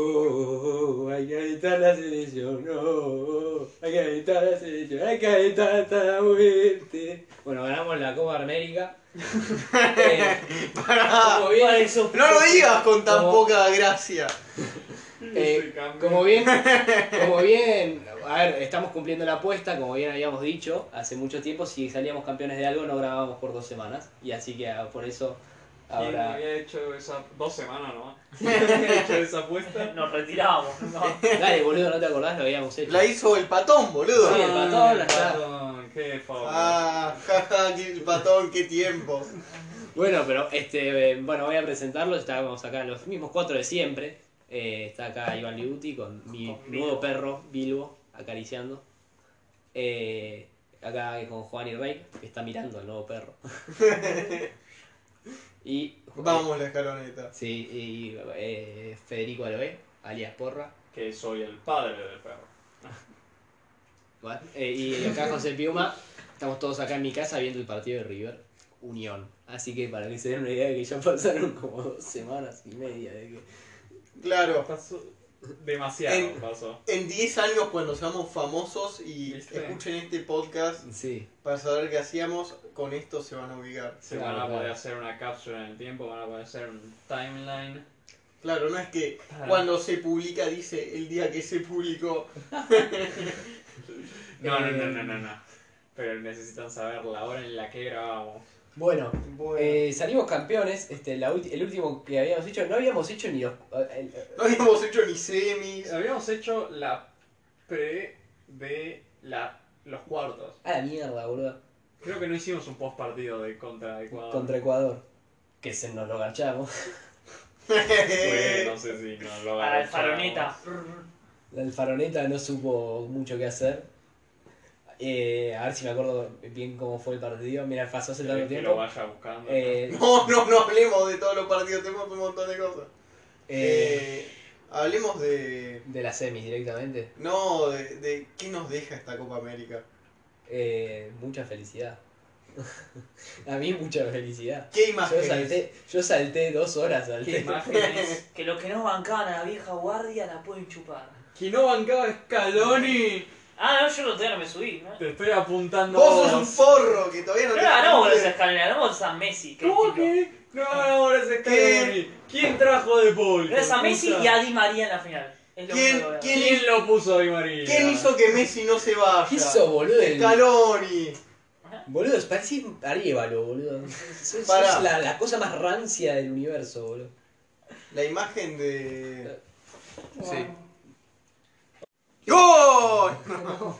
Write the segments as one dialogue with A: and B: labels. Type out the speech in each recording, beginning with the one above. A: Oh, hay que agitar la selección, no, hay que agitar la selección, hay que agitar hasta la muerte. Bueno, ganamos la Copa América. Eh,
B: Pará.
A: como bien-
C: Para eso-
B: Ah, No lo digas con tan
A: Como-
B: poca gracia.
C: Eh, como bien, como bien, a ver, estamos cumpliendo la apuesta, como bien habíamos dicho hace mucho tiempo, si salíamos campeones de algo no grabábamos por dos semanas y así que ah, por eso
D: ¿Quién
C: ahora
D: había hecho esa dos semanas nomás? ¿Quién había hecho esa apuesta?
E: Nos retirábamos, ¿no?
C: dale boludo no te acordás lo habíamos hecho.
B: La hizo el patón, boludo.
C: Sí, el patón,
D: Ah, el
C: ya.
D: patón, qué favor.
B: Ah, jaja, qué- el patón, qué tiempo.
C: Bueno, pero este, eh, bueno voy a presentarlos, estamos acá los mismos cuatro de siempre. Eh, está acá Iván Liuti con mi
E: Con Bilbo.
C: nuevo perro Bilbo acariciando. Eh, acá con Juan y Rey que está mirando al nuevo perro. y
B: Vamos la escaloneta.
C: Sí, y eh, Federico Aloe, alias Porra.
D: Que soy el padre del perro.
C: What? Eh, y acá José Piuma, estamos todos acá en mi casa viendo el partido de River Unión. Así que para que se den una idea de que ya pasaron como dos semanas y media de que...
B: Claro.
D: Pasó demasiado,
B: En-
D: pasó.
B: En 10 años cuando seamos famosos y
D: ¿Viste?
B: escuchen este podcast
C: Sí,
B: para saber qué hacíamos, con esto se van a ubicar.
D: Se
C: Claro,
D: van a
C: claro.
D: poder hacer una cápsula en el tiempo, van a poder hacer un timeline.
B: Claro, no es que
D: Claro.
B: cuando se publica dice el día que se publicó.
D: No, no,
C: Eh,
D: no, no, no, no. Pero necesitan saber la hora en la que grabamos.
C: bueno.
B: Bueno.
C: eh, salimos campeones, este, la ulti- el último que habíamos hecho, no habíamos hecho ni los... el-
B: No habíamos hecho ni semis.
D: Habíamos hecho la pre de la, los cuartos.
C: a la mierda, boludo,
D: Creo que no hicimos un post partido de contra Ecuador.
C: contra Ecuador, que se nos lo garchamos,
D: Bueno, no sé si nos lo
E: Eh, Para el
D: agachamos.
E: faroneta.
C: el faroneta no supo mucho qué hacer, Eh, a ver si me acuerdo bien cómo fue el partido, mira, pasó hace tanto
D: ¿Querés Eh, Que lo
C: tiempo,
D: vaya buscando.
C: Eh,
B: No, no, no hablemos de todos los partidos, tenemos un montón de cosas.
C: eh,
B: Eh, hablemos de.
C: de las semis directamente.
B: No, de, de qué nos deja esta Copa América.
C: Eh, mucha felicidad. A mí mucha felicidad.
B: ¿Qué
C: Yo
B: imágenes?
C: salté, yo salté dos horas
D: Ah, ¿Qué
C: salté.
D: imágenes?
E: Que los que no bancaban a la vieja guardia la pueden chupar.
D: ¡Que no bancaba Scaloni!
E: Ah, no, yo no todavía no me subí, ¿no?
D: Te estoy apuntando.
B: Vos sos
D: a
B: un forro que todavía no
E: No
B: te.
E: la ganamos con esa escalera, ganamos a Messi. que
D: ¿Cómo
E: tipo-
D: que? No, ahora es Scaloni.
B: ¿Qué?
D: ¿Quién trajo de Paul?
E: Gracias a Messi
D: Puta.
E: y a Di María en la final. Es lo
B: ¿Quién-
E: único que
B: quién-
D: ¿Quién lo puso a Di María?
B: ¿Quién hizo que Messi no se vaya?
C: ¿Qué hizo, boludo? El-
B: Scaloni.
C: Boludo, parecía un Arevalo, boludo. Sos- sos
B: Pará.
C: la, la cosa más rancia del universo, boludo.
B: La imagen de.
C: Sí.
B: ¡Gol!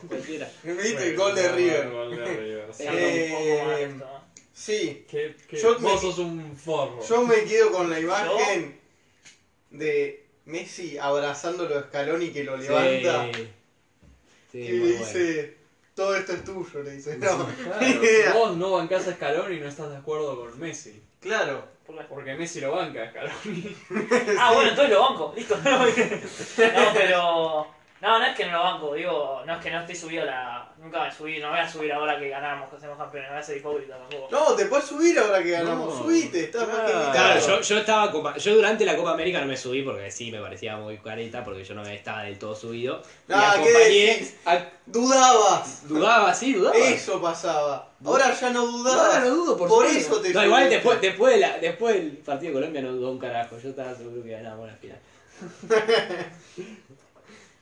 C: Cualquiera.
B: ¿Viste el gol de
D: El
B: River?
D: gol de River. sí.
E: veo. Hablando un poco más de
B: Eh,
E: esto, ¿no?
B: Sí,
D: ¿Qué- qué-
B: Yo
D: Vos
B: me-
D: sos un forro.
B: yo me quedo con la imagen de Messi abrazándolo a Scaloni que lo levanta.
C: Sí. Sí,
B: Y
C: muy
B: le
C: bueno.
B: dice, todo esto es tuyo, le dice. No,
D: Claro,
B: idea.
D: vos no bancás a Scaloni y no estás de acuerdo con Messi.
B: claro.
E: Por la-
D: Porque Messi lo banca a Scaloni.
E: Ah, bueno, entonces lo banco, listo. No, pero. No, no es que no lo banco, digo, no es que no esté subido a la. Nunca me subí, no voy a subir ahora que ganamos, que hacemos campeones, no voy a ser hipócrita tampoco.
B: No, te puedes subir ahora que ganamos.
D: No.
B: Subite, estás más que
D: Claro.
C: Claro,
B: invitado.
C: yo, yo estaba copa- yo durante la Copa América no me subí porque sí me parecía muy careta porque yo no me estaba del todo subido. Y
B: Ah, ¿qué
C: acompañé,
B: decís?
C: a-
B: Dudabas.
C: dudaba, sí, dudaba.
B: Eso pasaba. Ahora ya no
C: No,
B: dudabas.
C: no dudo, por,
B: Por
C: supuesto.
B: eso te
C: No, igual
B: subiste.
C: después, después, de la- después del partido de Colombia no dudó un carajo. Yo estaba seguro que ganábamos la final.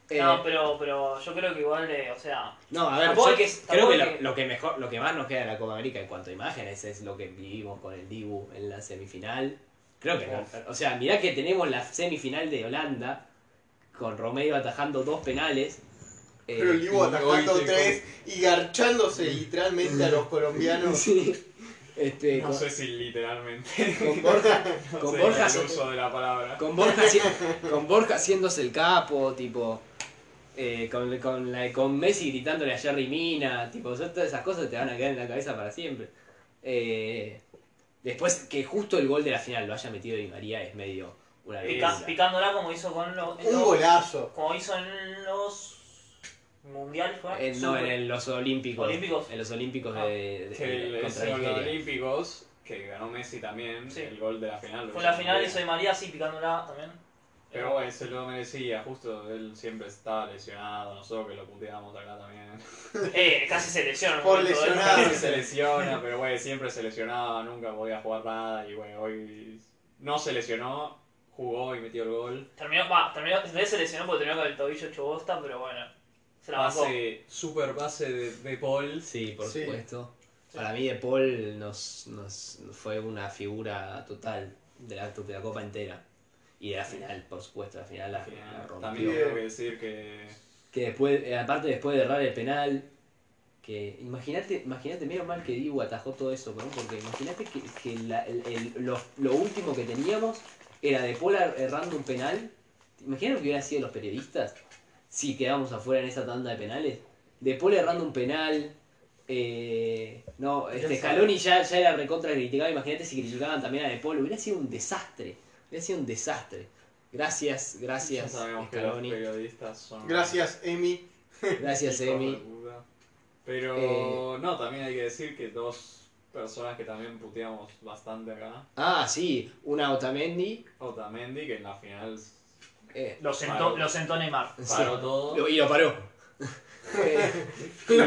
C: Eh,
E: No, pero, pero yo creo que igual, eh, o sea.
C: no,
D: Ah,
C: a ver,
E: tampoco
C: yo
E: hay que-
C: creo
E: tampoco
C: que
E: hay
C: lo,
E: que-
C: lo que mejor, lo que más nos queda de la Copa América en cuanto a imágenes es lo que vivimos con el Dibu en la semifinal. Creo que, no. o sea, mirá que tenemos la semifinal de Holanda con Romeo atajando dos penales. eh,
B: Pero el Dibu
D: Y hoy
B: atajando
D: te
B: tres y garchándose literalmente a los colombianos.
C: sí, este,
D: No
C: con,
D: sé si literalmente.
C: con Borja,
D: No
C: con
D: sé
C: Borja
D: el
C: se-
D: uso de la palabra.
C: Con Borja, haci- con Borja haciéndose el capo, tipo. eh, con, con, la- con Messi gritándole a Jerry Mina, tipo, son todas esas cosas que te van a quedar en la cabeza para siempre. Eh, después, que justo el gol de la final lo haya metido Di María es medio una
E: pica-
C: locura.
E: picándola como hizo con los. en
B: Un
E: los-
B: golazo.
E: Como hizo en los. Mundial, ¿fue?
C: Eh, no, en, en los Olímpicos.
E: Olímpicos.
C: En los Olímpicos
E: Ah.
C: de, de-
D: Que el-
C: contra
D: hicieron los
C: Nigeria.
D: Olímpicos, que ganó Messi también,
E: Sí.
D: el gol de la final. lo
E: Con la
D: hizo
E: final
D: María.
E: hizo Di María, sí, picándola también.
D: Pero bueno, se lo merecía, justo él siempre está lesionado, nosotros que lo puteamos acá también.
E: Eh, casi se lesiona. en un
B: Por
E: momento, ¿eh?
B: lesionado.
D: Casi se lesiona, pero bueno, siempre se lesionaba, nunca podía jugar nada y bueno, hoy no se lesionó, jugó y metió el gol.
E: Terminó, va, terminó, en realidad se lesionó porque terminó con el tobillo hecho bosta, pero bueno, se
C: Ah,
E: la bancó.
D: Pase, super pase de, de Paul.
C: Sí, por
B: Sí.
C: supuesto.
E: Sí.
C: Para mí De Paul nos, nos fue una figura total de la, de la Copa entera. Y de la final, por supuesto, la final la, la rompió.
D: También tengo que decir que
C: Que después, eh, aparte después de errar el penal, que imagínate, imagínate, menos mal que Dibu atajó todo eso, ¿no? porque imagínate que, que la- el- el- lo, lo último que teníamos era de Paul er- errando un penal. Imagínate lo que hubieran sido los periodistas si quedábamos afuera en esa tanda de penales. De Paul errando un penal. eh, no, este Scaloni ya, ya era recontra criticado. Imagínate si criticaban también a De Paul. Hubiera sido un desastre. Hubiera sido un desastre. Gracias,
D: ya
C: gracias,
D: sabemos que los
C: Scaloni.
D: periodistas son...
B: Gracias, Emi.
C: Gracias,
D: Hijos de
C: Emi.
D: puta.
C: Eh,
D: Pero no, también hay que decir que dos personas que también puteamos bastante acá.
C: Ah, sí, una Otamendi.
D: Otamendi, que en la final
C: eh,
E: Lo sentó,
D: Paró.
E: lo sentó Neymar.
D: paró todo.
C: lo- y lo paró. Eh,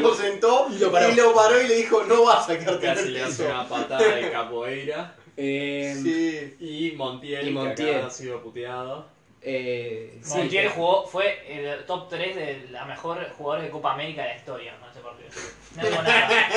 B: Lo sentó
C: Y lo paró.
B: y lo paró y le dijo, no vas a sacarte
D: Casi
B: del
D: le hace
B: piso.
D: una patada de capoeira.
C: eh,
B: Sí.
D: Y Montiel,
C: Y
D: que
C: Montiel.
D: acá ha sido puteado.
C: eh, sí.
E: Montiel jugó, fue el top 3 de la mejor jugador de Copa América de la historia, no sé por qué. No tengo nada.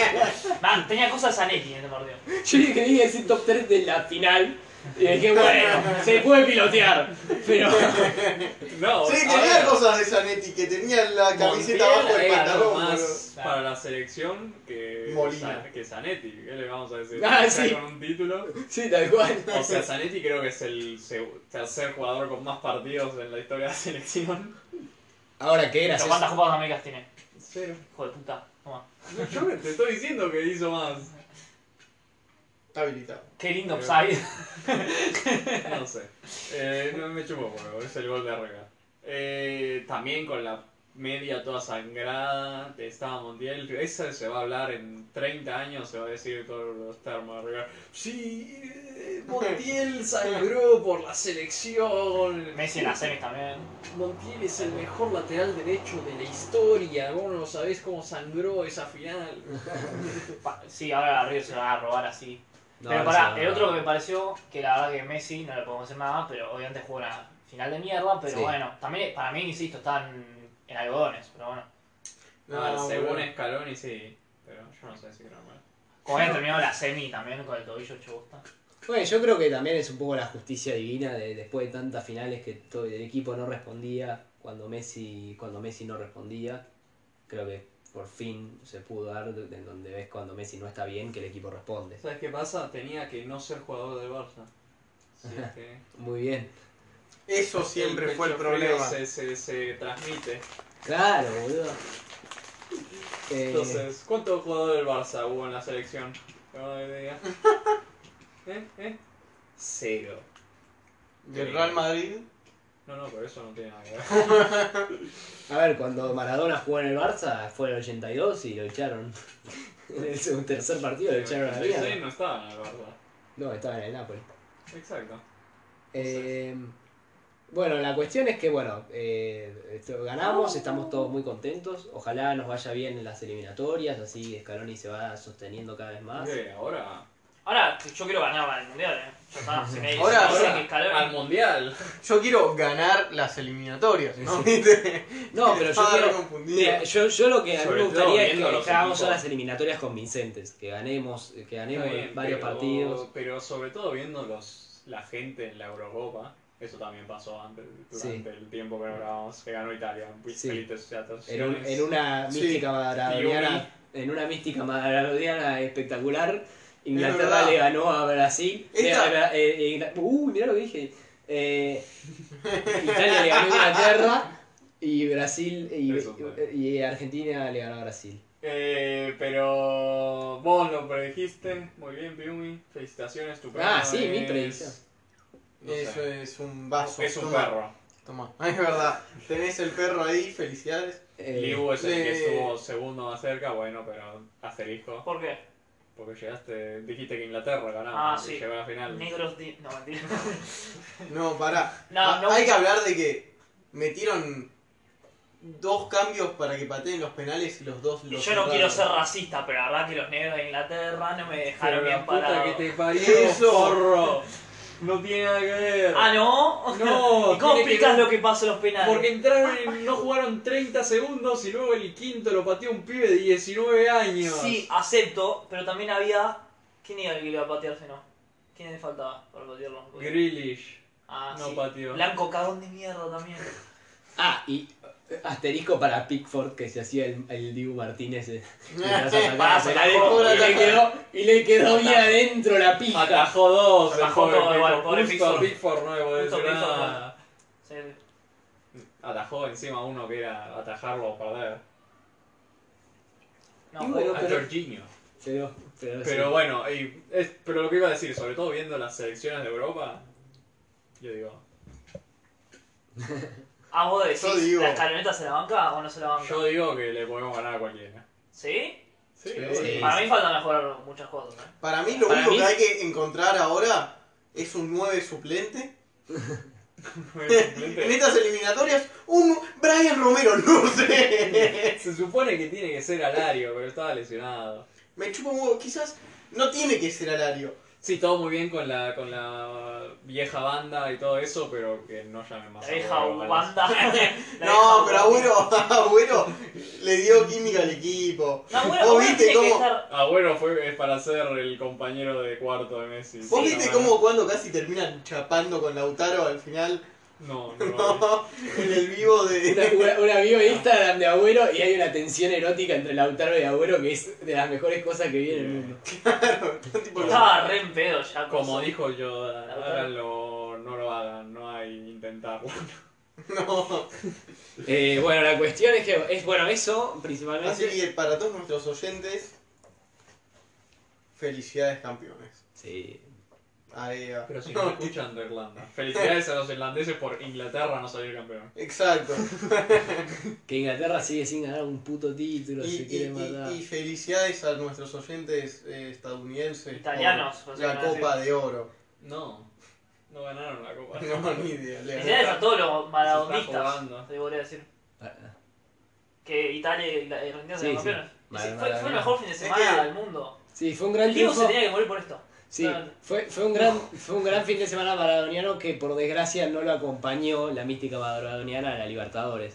E: Va, tenía cosas a Leti en este partido.
C: Yo dije que iba a decir top 3 de la final. Y dije, bueno, se puede pilotear. Pero.
D: No,
B: Sí,
D: a
B: tenía
D: ver,
B: cosas de Zanetti, que tenía la camiseta
D: Montiel
B: abajo del
D: era
B: pantalón.
D: más
E: boludo.
D: para la selección que,
B: Molina.
D: Sa- que Zanetti. ¿Qué le vamos a decir?
C: Ah,
D: Está
C: sí.
D: Con un título.
C: Sí, tal cual.
D: O sea, Zanetti creo que es el seg- tercer jugador con más partidos en la historia de la selección.
C: Ahora, qué
E: Pero ¿Cuántas
C: gracioso.
E: Copas Américas tiene?
D: Cero.
E: Hijo de puta. Toma.
D: Yo te estoy diciendo que hizo más.
B: Está habilitado.
E: Qué lindo
D: Pero-
E: upside.
D: No sé. Eh, no me chupó huevo, es el gol de Arrega. Eh, también con la media toda sangrada, te estaba Montiel. Eso se va a hablar en 30 años, se va a decir todos los termos de River. Sí, eh, Montiel sangró por la selección.
E: Messi en las semis también.
D: Montiel es el mejor lateral derecho de la historia. Vos no sabés cómo sangró esa final.
E: Pa- Sí, ahora Río se lo va a robar así.
C: No,
E: pero
C: no
E: pará,
C: sé,
E: el
C: no.
E: otro que me pareció, que la verdad que Messi, no le podemos hacer nada, pero obviamente jugó una final de mierda, pero
C: Sí.
E: bueno, también para mí, insisto, están en algodones, pero bueno.
D: a ver, según
B: boludo.
D: Scaloni sí, pero yo no sé si era normal.
E: Como había terminado la semi también con el tobillo hecho bosta.
C: Bueno, yo creo que también es un poco la justicia divina de después de tantas finales que todo el equipo no respondía cuando Messi cuando Messi no respondía. Creo que por fin se pudo dar de- en donde ves cuando Messi no está bien que el equipo responde.
D: ¿Sabes qué pasa? Tenía que no ser jugador del Barça. Sí, que...
C: Muy bien.
B: Eso siempre fue el
D: pecho frío
B: problema.
D: Se, se, se transmite.
C: Eh. Claro, boludo. Eh,
D: Entonces, ¿cuántos jugadores del Barça hubo en la selección? Perdón que te diga. ¿Eh? ¿Eh? Cero.
B: Del Real Madrid.
D: No, no, pero eso no tiene nada que ver.
C: a ver, cuando Maradona jugó en el Barça fue en el 82 y lo echaron. en el segundo- tercer partido lo echaron a la
D: El 16
C: mierda.
D: no estaba en el Barça.
C: No, estaba en el Napoli.
D: Exacto.
C: Eh, bueno, la cuestión es que, bueno, eh, esto- ganamos, estamos todos muy contentos. Ojalá nos vaya bien en las eliminatorias, así Scaloni se va sosteniendo cada vez más.
D: ¿Qué? Ahora,
E: Ahora, yo quiero ganar para el mundial, eh. Ya está, si me
B: Ahora,
E: dicen
B: ahora,
E: que
D: al
E: Scaloni-
D: Mundial.
B: Yo quiero ganar las eliminatorias, ¿no?
C: No, pero yo
B: Estaba re
C: quiero-
B: confundido.
C: Mira, eh, yo, yo lo que a mí
D: Sobre
C: me
D: todo
C: gustaría es que
D: viendo los
C: hagamos
D: equipos.
C: las eliminatorias convincentes, que ganemos, que ganemos
D: Está bien,
C: varios
D: pero-
C: partidos.
D: Pero sobre todo viendo los, la gente en la Eurocopa. Eso también pasó antes,
C: Sí.
D: durante el tiempo que grabamos, que ganó Italia. Muy
C: Sí.
D: felices de
C: En, un-
D: atrocidades.
C: en una
B: Sí.
C: mística maradoniana, en una mística maradoniana espectacular, Inglaterra
B: verdad.
C: le ganó a Brasil.
B: Esta-
C: Eh, eh, eh, Ingla- uh, mirá lo que dije. Eh, Italia le ganó a Inglaterra y Brasil
D: Eso fue.
C: y, y Argentina le ganó a Brasil.
D: Eh, pero vos lo predijiste, muy bien Piumi, felicitaciones, tu perro.
C: Ah, sí, mi
D: es-
C: predicción.
D: no sé,
B: Eso es Ah, un vaso.
D: es un
B: Toma,
D: perro.
B: Toma. Ah, Es verdad. Tenés el perro ahí, felicidades.
C: Eh,
D: Liu es el que
B: le-
D: estuvo segundo más cerca, bueno, pero asterisco,
E: ¿Por qué?
D: Porque llegaste, dijiste que Inglaterra ganaba
E: Ah,
D: y
E: sí.
D: llegó a la final.
E: Negros di- No, mentira.
B: No, pará.
E: No,
B: Ah,
E: no.
B: Hay que hablar de que metieron dos cambios para que pateen los penales y los dos
E: Y
B: los
E: yo no quiero ser
B: cerraron.
E: racista, pero la verdad que los negros de Inglaterra no me dejaron
D: Pero la
E: bien
D: puta
E: parado.
D: que te parió,
B: Eso.
D: porro. No tiene nada que ver.
E: Ah, ¿no?
D: No,
E: ¿Y cómo
D: tiene que
E: explicas
D: ver-
E: lo que pasó en los penales?
D: Porque entraron en- no jugaron 30 segundos y luego el quinto lo pateó un pibe de 19 años.
E: Sí, acepto, pero también había. ¿Quién era el que iba a patearse, no? ¿Quién le faltaba para patearlo?
D: Grealish.
E: Ah,
D: no
E: sí.
D: pateó.
E: Blanco cagón de mierda también.
C: Ah, y eh, asterisco para Pickford que se hacía el, el Dibu Martínez. eh, mientras
E: Para,
C: atacaba
E: para,
C: penales,
B: para,
C: y, le
B: para.
C: quedó, y le quedó bien adentro la pija.
D: Atajó dos.
E: Atajó
D: el pobre
E: todo, igual,
D: Justo
E: pobre
D: a
E: Pickford.
D: Pickford no le podés
E: Justo
D: decir
E: Pickford,
D: nada.
E: Sí.
D: Atajó encima uno que era atajarlo o perder.
E: No,
C: Y bueno,
D: a
C: pero-
D: Jorginho.
C: Pero, pero,
D: Pero
C: sí.
D: bueno, y es- pero lo que iba a decir, sobre todo viendo las selecciones de Europa, yo digo,
E: Ah, vos decís,
B: Yo digo-
E: ¿la escaloneta se la banca o no se la banca?
D: yo digo que le podemos ganar a cualquiera.
E: ¿Sí?
D: Sí,
C: Sí.
E: Para mí falta mejorar muchas cosas. ¿eh?
B: Para mí lo
C: Para
B: único
C: mí-
B: que hay que encontrar ahora es un 9 suplente. En estas eliminatorias, un Brian Romero, no sé.
D: Se supone que tiene que ser Alario, pero estaba lesionado.
B: Me chupa un huevo, quizás no tiene que ser Alario.
D: Sí, todo muy bien con la, con la vieja banda y todo eso, pero que no llamen más
E: La
D: a
E: vieja
D: Agüero, ojalá.
E: Ubanda. La
B: No,
E: vieja
B: pero
E: Ubanda.
B: Agüero, Agüero le dio química al equipo.
E: No, bueno,
B: Vos
E: vos
B: viste
E: tiene que
B: cómo,
E: estar.
D: Agüero Ah, fue es para ser el compañero de cuarto de Messi.
B: vos
D: Sí,
B: viste
D: no,
B: cómo cuando casi terminan chapando con Lautaro al final.
D: No, no. no.
B: No, en el vivo
C: Una,
B: de.
C: una, una bio de Instagram de Agüero y hay una tensión erótica entre Lautaro y Agüero que es de las mejores cosas que vi en el mundo.
B: tipo,
E: Estaba re en pedo ya. con
D: Como
E: eso.
D: dijo yo,
E: Lautaro.
D: háganlo, no lo hagan, no hay intentarlo.
B: No.
C: Eh, bueno, la cuestión es que es bueno eso
B: Así
C: principalmente.
B: que para todos nuestros oyentes, felicidades campeones.
C: Sí.
B: Ahí va.
D: Pero si no escuchan de Irlanda. Felicidades a los irlandeses por Inglaterra no salir campeón.
B: Exacto.
C: Que Inglaterra sigue sin ganar un puto título,
B: Y,
C: se quiere
B: y- y-
C: matar.
B: y felicidades a nuestros oyentes eh, estadounidenses.
E: Italianos,
B: por
E: o sea,
B: La
E: no sé.
B: Copa de Oro.
D: No, no ganaron la copa.
B: No, ni idea. le-
E: Felicidades a todos los
D: Se está
E: maradondistas.
D: jugando.
E: Te volví a decir.
C: Ah,
E: Que Italia y la- y Argentina
C: Sí,
E: se
C: sí.
E: campeones. Y
C: Mal-
E: sí,
C: mal-
E: Fue, fue el mejor fin de
B: Es que-
E: semana del mundo.
C: Sí, fue un gran
E: El Diego se
C: triunfo.
E: tenía que morir por esto.
C: Sí, fue, fue, un gran, fue un gran fin de semana maradoniano que por desgracia no lo acompañó la mística maradoniana a la Libertadores.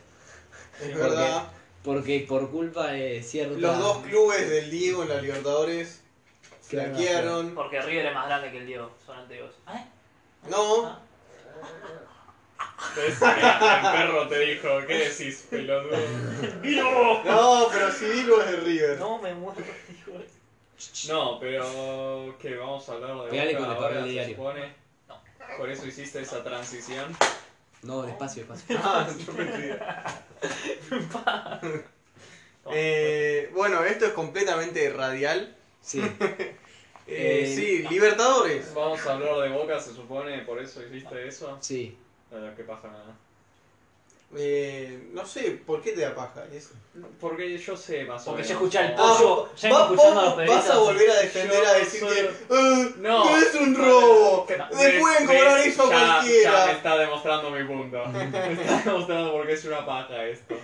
B: Es verdad.
C: Porque por culpa de cierta...
B: Los dos clubes del Diego en la Libertadores
C: Claro.
B: flaquearon.
E: Porque River es más grande que el Diego, son antiguos. ¿Eh?
B: No,
D: ¿Ves? El perro te dijo, ¿qué decís, pelotudo?
E: ¡Diego!
B: no, pero si Diego es de River.
E: No me muero, digo.
D: No, pero que vamos a hablar de
C: Pegale
D: Boca
C: con el
D: ahora,
C: papel
D: se
C: diario.
D: supone. Por eso hiciste esa transición.
C: No, despacio, despacio.
B: Ah, yo pensé. Eh, bueno, esto es completamente radial.
C: Sí.
B: Eh,
C: Eh,
B: sí, Libertadores.
D: Vamos a hablar de Boca, se supone, por eso hiciste eso.
C: Sí.
D: Eh, qué paja nada.
B: Eh, no sé, ¿por qué te da paja? Es-
D: Porque yo sé más o
E: Porque
D: menos.
E: yo escuché al
D: cómo-
E: Ah, pollo. ya
B: va-
E: me escuchando
B: vos
E: los periodistas,
B: vas a volver a defender
D: Yo
B: a decir
D: solo-
B: que "Ah,
D: No.
B: no es un robo.
D: Que-
B: Le
D: ves,
B: pueden cobrar
D: ves,
B: eso a
D: ya- Ya me
B: cualquiera.
D: está demostrando mi punto. Me está demostrando porque es una paja esto.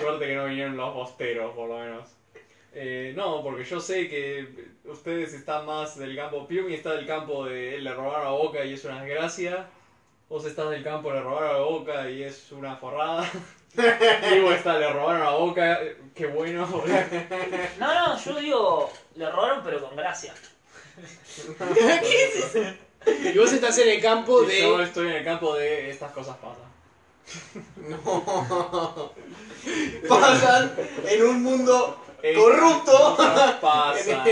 D: Suerte que no vinieron los bosteros, por lo menos. Eh, no, porque yo sé que ustedes están más del campo. Piumi está del campo de le robaron a Boca y es una desgracia. Vos estás del campo le robaron a Boca y es una forrada. Y vos está le robaron a Boca, eh, qué bueno.
E: No, no, yo digo, le robaron pero con gracia.
C: ¿Qué es eso? Y vos estás en el campo
D: Y Yo
C: de...
D: estoy en el campo de estas cosas pasan.
B: No. Pasan en un mundo
D: Eh,
B: corrupto.
D: cosas pasan.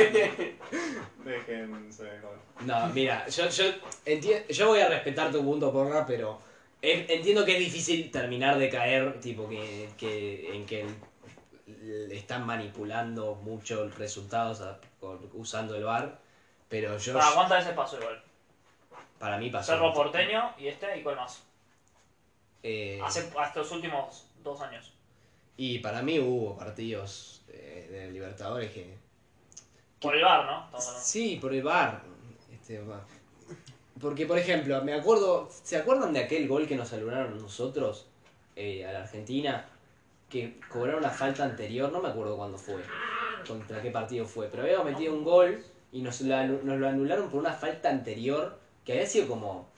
D: Déjense. joder.
C: No, mira, yo, yo, enti- yo voy a respetar tu punto, porra, pero en- entiendo que es difícil terminar de caer, tipo, que, que- en que el- le están manipulando mucho los resultados a- con- usando el bar, pero yo...
E: Ah, ¿Cuántas veces pasó igual?
C: Para mí pasó.
E: Cerro Porteño y este, ¿y cuál más?
C: Eh,
E: Hace hasta los últimos dos años.
C: Y para mí hubo partidos eh, de Libertadores que,
E: Por el bar, ¿no? Estamos hablando.
C: Sí, por el bar. Este, va. Porque, por ejemplo, me acuerdo. ¿Se acuerdan de aquel gol que nos anularon nosotros eh, a la Argentina? Que cobraron la falta anterior, no me acuerdo cuándo fue, contra qué partido fue, pero habíamos metido un gol y nos, la- nos lo anularon por una falta anterior que había sido como,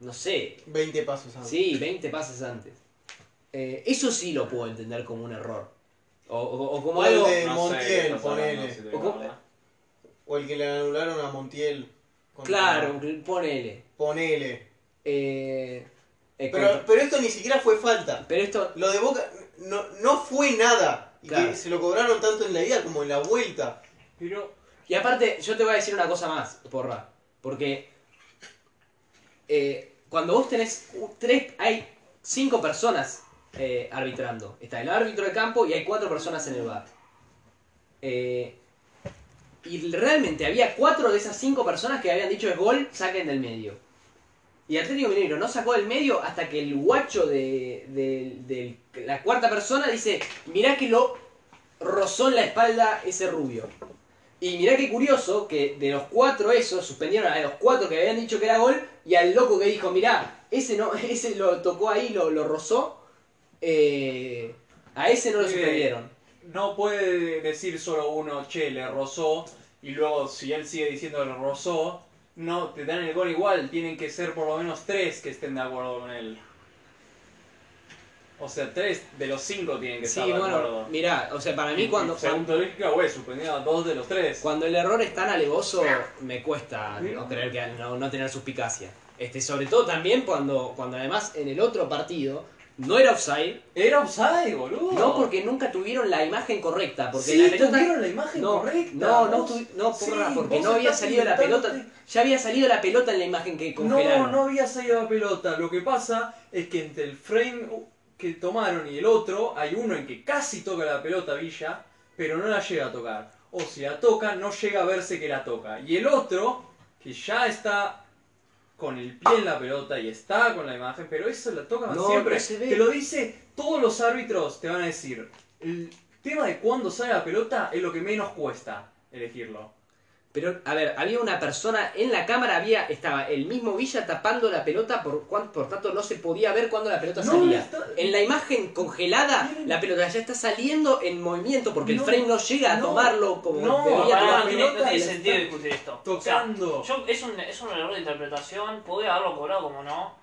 C: no sé,
B: 20 pasos antes.
C: Sí, 20 pases antes. Eh, eso sí lo puedo entender como un error. O, o- o como
B: O el
C: algo.
B: de-
D: No sé,
B: Montiel,
D: estás hablando,
B: ponele.
D: si te digo
C: O com-
D: verdad.
B: O el que le anularon a Montiel. Con-
C: Claro, ponele.
B: Ponele.
C: Eh, eh,
B: Pero,
C: contra-
B: pero esto ni siquiera fue falta.
C: pero esto.
B: Lo de Boca no, no fue nada. Y
C: Claro.
B: que se lo cobraron tanto en la ida como en la vuelta.
E: Pero.
C: Y aparte, yo te voy a decir una cosa más, porra. Porque. eh, cuando vos tenés u- tres. Hay cinco personas eh, arbitrando. Está el árbitro de campo y hay cuatro personas en el bar. Eh, y realmente había cuatro de esas cinco personas que habían dicho es gol, saquen del medio. Y Atlético Mineiro no sacó del medio hasta que el guacho de, de- de la cuarta persona dice, mirá que lo rozó en la espalda ese rubio. Y mirá qué curioso que de los cuatro esos, suspendieron a los cuatro que habían dicho que era gol y al loco que dijo, mirá, ese no ese lo tocó ahí, lo, lo rozó, eh, a ese no lo
D: Sí.
C: suspendieron.
D: No puede decir solo uno, che, le rozó, y luego si él sigue diciendo le rozó, no, te dan el gol igual, tienen que ser por lo menos tres que estén de acuerdo con él. O sea, tres de los cinco tienen que
C: Sí,
D: estar de
C: bueno,
D: acuerdo.
C: mirá, o sea, para mí cuando...
D: Según tu lógica, güey, suspendieron a dos de los tres.
C: Cuando el error es tan alevoso, me cuesta no creer que no, no tener suspicacia. Este, sobre todo también cuando, cuando además en el otro partido no era offside,
D: Era offside, boludo.
C: no porque nunca tuvieron la imagen correcta, porque
D: Sí,
C: la pelota
D: tuvieron la imagen
C: no,
D: correcta.
C: no, no,
D: vos-
C: tuvi- no, porra,
D: Sí,
C: porque
D: vos
C: no había
D: estás
C: salido la
D: inventándote-
C: pelota, ya había salido la pelota en la imagen que
D: No,
C: congelaron.
D: no había salido la pelota. Lo que pasa es que entre el frame que tomaron y el otro, hay uno en que casi toca la pelota Villa, pero no la llega a tocar. O si la toca, no llega a verse que la toca. Y el otro, que ya está con el pie en la pelota y está con la imagen, pero eso la tocan
C: No,
D: siempre.
C: no se ve.
D: Te lo dice, todos los árbitros te van a decir, el tema de cuándo sale la pelota es lo que menos cuesta elegirlo.
C: Pero, a ver, había una persona en la cámara, había estaba el mismo Villa tapando la pelota, por, cuan- por tanto no se podía ver cuándo la pelota
D: No,
C: salía.
D: está-
C: En la imagen congelada, la pelota ya está saliendo en movimiento porque el
D: No,
C: frame no llega a
D: no,
C: tomarlo como
D: no,
C: debería
D: pará,
C: tomar.
E: no, tiene, no tiene sentido discutir esto. O sea,
D: Tocando.
E: yo, es, un, es un error de interpretación. Podría haberlo cobrado como no.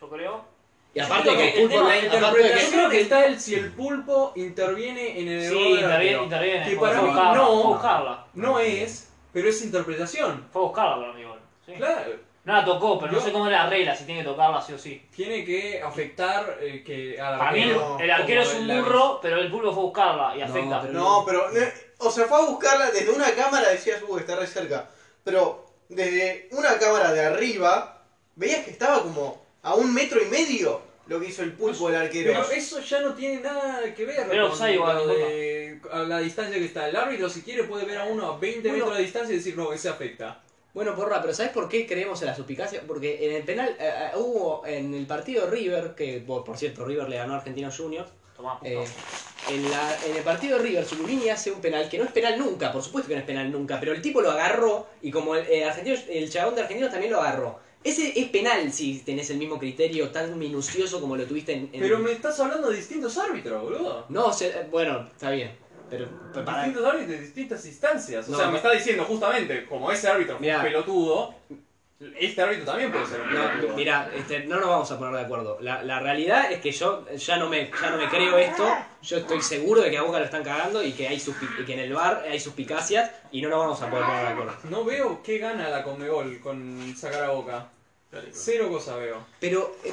E: Yo creo.
C: Y
E: Yo
C: aparte que
E: creo que
C: el
E: el
C: fútbol
E: tema-
C: aparte de que-
D: Interpretación creo que está el si el pulpo interviene en el
C: Eh,
E: Sí,
D: error del
E: interviene,
D: arquero.
E: interviene.
D: Que
E: fue
D: para
E: a
D: mí
E: buscarla, Fue a
D: no,
E: buscarla.
D: no es, pero es interpretación.
E: Fue a buscarla para mí, igual. Sí.
D: Claro,
E: No la tocó, pero no
D: Yo-
E: sé cómo es la regla, si tiene que tocarla sí o sí.
D: tiene que afectar eh, que al
E: Para mí,
D: arquero.
E: el arquero es
D: como
E: un
D: el-
E: burro, pero el pulpo fue a buscarla y
C: No,
E: afecta.
C: pero-
B: No, pero. eh, O sea, fue a buscarla desde una cámara, decías, uh, está re cerca. Pero desde una cámara de arriba, veías que estaba como a un metro y medio lo que hizo el pulpo del arquero.
D: Pero eso ya no tiene nada que ver
E: Pero
D: con
E: offside igual,
D: lo de- a la distancia que está. El árbitro, si quiere, puede ver a uno a 20
C: Bueno.
D: metros de distancia y decir, no, ese afecta.
C: Bueno, porra, pero ¿sabes por qué creemos en la suspicacia? Porque en el penal eh, eh, hubo en el partido River, que por, por cierto River le ganó a Argentinos Juniors,
E: Tomá, puto.
C: Eh, en, la- en el partido de River, Zulubini hace un penal que no es penal nunca, por supuesto que no es penal nunca, pero el tipo lo agarró y como el, el argentino, el chabón de Argentinos también lo agarró. Ese es penal si tenés el mismo criterio tan minucioso como lo tuviste en. en-
D: Pero me estás hablando de distintos árbitros, boludo.
C: No, o sea, eh, bueno, está bien. Pero pero para.
D: distintos árbitros de distintas instancias. O
C: No,
D: sea,
C: no.
D: me está diciendo justamente, como ese árbitro fue
C: Mirá.
D: un pelotudo, este árbitro también puede ser un pelotudo.
C: No, mira, este, no nos vamos a poner de acuerdo. La, la realidad es que yo ya no, me, ya no me creo esto. Yo estoy seguro de que a Boca lo están cagando y que, hay suspi- y que en el bar hay suspicacias y no nos vamos a poder poner de acuerdo.
D: No veo qué gana la Conmebol con sacar a Boca. Cero cosa veo.
C: Pero eh,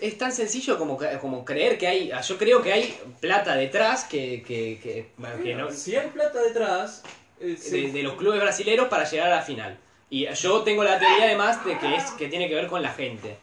C: es tan sencillo como, que- como creer que hay. ah, Yo creo que hay plata detrás que. que, que- bueno, que no-
D: Si hay plata detrás, eh, se-
C: de, de los clubes brasileros para llegar a la final. Y yo tengo la teoría además de que es que tiene que ver con la gente.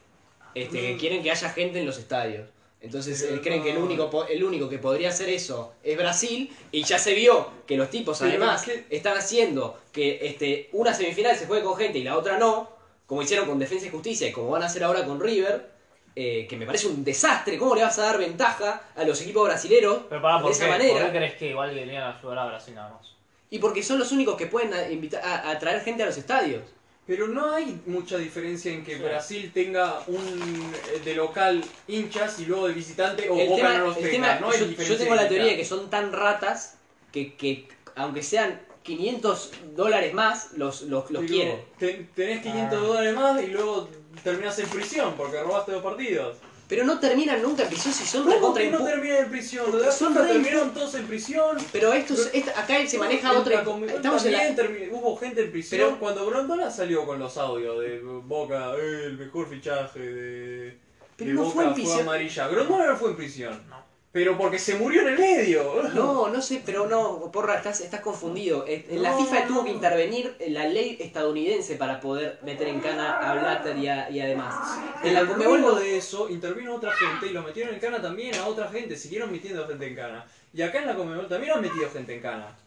C: Este, que quieren que haya gente en los estadios. Entonces eh, creen que el único, po- el único que podría hacer eso es Brasil y ya se vio que los tipos
D: Pero
C: además
D: es que-
C: están haciendo que este, una semifinal se juegue con gente y la otra no, como hicieron con Defensa y Justicia y como van a hacer ahora con River, eh, que me parece un desastre. ¿Cómo le vas a dar ventaja a los equipos brasileros
E: pero pará,
C: de
E: ¿por
C: esa
E: qué?
C: manera?
E: ¿Por qué crees que igual le tenían que ayudar a Brasil nada más?
C: Y porque son los únicos que pueden a- invita- a- atraer gente a los estadios.
D: Pero no hay mucha diferencia en que
F: Sí.
D: Brasil tenga un eh, de local hinchas y luego de visitante o
C: el
D: Boca
C: tema,
D: no los
C: el
D: tenga.
C: tema-
D: no hay
C: yo,
D: diferencia
C: yo tengo la teoría de que
D: hinchas.
C: son tan ratas que, que aunque sean 500 dólares más, los, los, los
D: Pero
C: quieren.
D: ten- tenés 500
E: Ah.
D: dólares más y luego terminás en prisión porque robaste dos partidos.
C: Pero no terminan nunca en prisión si son
D: ¿Cómo
C: recontra
D: que no
C: impu-
D: terminan en prisión?
C: Porque
D: Los
C: son
D: Boca
C: re
D: terminaron todos en prisión.
C: Pero esto es- esta- acá se maneja
D: El
C: otra.
D: Tacomi-
C: Estamos en la-
D: también termi- Hubo gente en prisión
C: Pero-
D: cuando Grondona salió con los audios de Boca, "Eh, el mejor fichaje de,
C: Pero
D: de
C: no
D: Boca
C: fue en prisión.
D: amarilla. Grondona no fue en prisión.
E: No.
D: Pero porque se murió en el medio.
C: No, no sé, pero no, porra, estás, estás confundido. Eh, En la
D: No,
C: FIFA
D: no.
C: tuvo que intervenir la ley estadounidense para poder meter en cana a Blatter y, a- y además. En la
D: me
C: Conmebol no-
D: de eso, intervino otra gente y lo metieron en cana también a otra gente. Siguieron metiendo gente en cana. Y acá en la Conmebol también han metido gente en cana.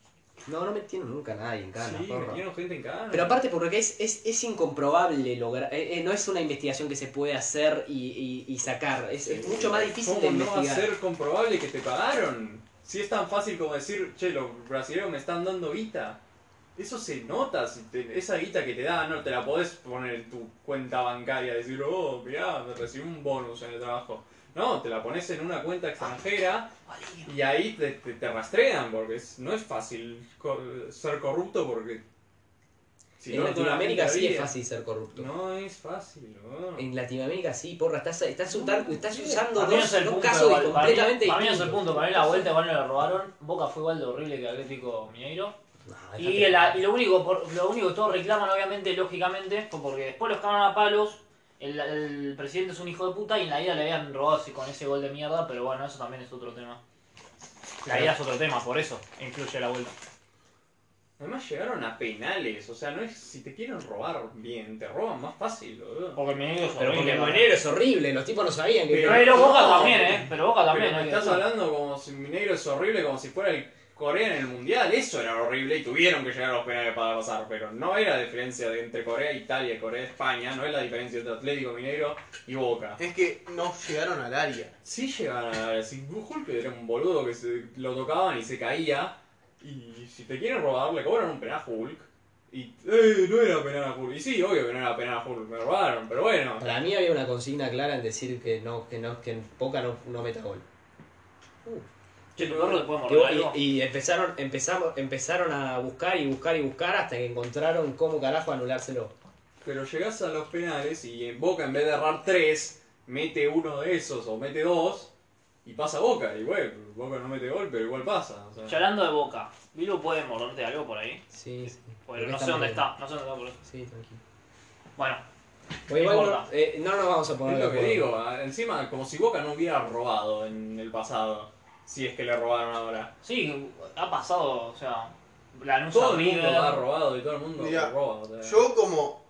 C: No, no metieron nunca a nadie en cana,
D: sí,
C: porra.
D: metieron gente en cana.
C: Pero aparte porque es, es, es incomprobable lograr, eh, eh, no es una investigación que se puede hacer y, y- y sacar, es, es mucho más difícil
D: ¿Cómo
C: de
D: no va a
C: investigar.
D: ser comprobable que te pagaron? Si es tan fácil como decir, che, los brasileños me están dando guita. Eso se nota, si te- esa guita que te da, no te la podés poner en tu cuenta bancaria, decir, oh, mirá, me recibí un bonus en el trabajo. No, te la pones en una cuenta extranjera y ahí te, te- te rastrean, porque es- no es fácil co- ser corrupto porque... si
C: en
D: no, toda la
C: Latinoamérica
D: gente
C: sí es
D: haría.
C: fácil ser corrupto.
D: No es fácil, no.
C: En Latinoamiérica sí, porra, estás, estás, usan- estás usando
E: Para mí no
C: dos,
E: es el
C: dos
E: punto
C: casos
E: igual, para mí-
C: completamente
E: Para mí no es el
C: distintos.
E: punto, para mí la vuelta igual no la robaron. Boca fue igual de horrible que Atlético Mineiro.
C: No,
E: Y,
C: déjate.
E: la- y lo único por- lo único que todos reclaman, obviamente, lógicamente, fue porque después los cagaron a palos. El, el presidente es un hijo de puta y en la ida le habían robado así con ese gol de mierda, pero bueno, eso también es otro tema. La ida es otro tema, por eso incluye la vuelta.
D: Además llegaron a penales, o sea, no es si te quieren robar bien, te roban más fácil, boludo.
E: Porque Mineiro es
C: Pero porque
E: horrible,
C: el
E: bueno.
C: Monero es horrible, los tipos no sabían que...
D: Pero-
E: Pero Boca
D: No.
E: también, ¿eh? Pero Boca también.
D: Pero
E: hay
D: me
E: que
D: estás
E: decirlo.
D: hablando como si Mineiro es horrible, como si fuera el Corea en el Mundial, eso era horrible y tuvieron que llegar a los penales para pasar, pero no era la diferencia de entre Corea, Italia, Corea, España, no es la diferencia entre Atlético Mineiro y Boca.
B: Es que no llegaron al área.
D: Sí llegaron a la si Hulk era un boludo que se, lo tocaban y se caía, y si te quieren robar le cobran un penal a Hulk. Y, eh, no era penal a Hulk. Y sí, obvio que no era penal a Hulk, me robaron, pero bueno.
C: Para mí había una consigna clara en decir que no, que no, que Boca no, no meta gol.
E: Che, tu perro te puede
C: Que-
E: morder algo.
C: y, y empezaron, empezamos, empezaron a buscar y buscar y buscar hasta que encontraron cómo carajo anulárselo.
D: Pero llegás a los penales y en Boca en vez de errar tres, mete uno de esos o mete dos y pasa Boca. Y bueno, Boca no mete gol, pero igual pasa. o sea.
E: Che, hablando de Boca, ¿Vilu puede morderte algo por ahí?
C: Sí, sí.
E: Porque
C: Porque
E: no sé
C: está
E: dónde
C: muy
E: está, no sé dónde está por eso.
C: Sí, tranquilo.
E: Bueno,
C: Bueno, igual no,
E: importa.
C: eh, no nos vamos a poner
D: Es
C: de
D: lo que
C: acuerdo.
D: digo, a- encima como si Boca no hubiera robado en el pasado, si es que le robaron ahora.
E: sí, ha pasado, o sea, la anuncia
D: Todo el mundo ha robado y todo el mundo
B: Mirá,
D: roba. o sea.
B: Yo como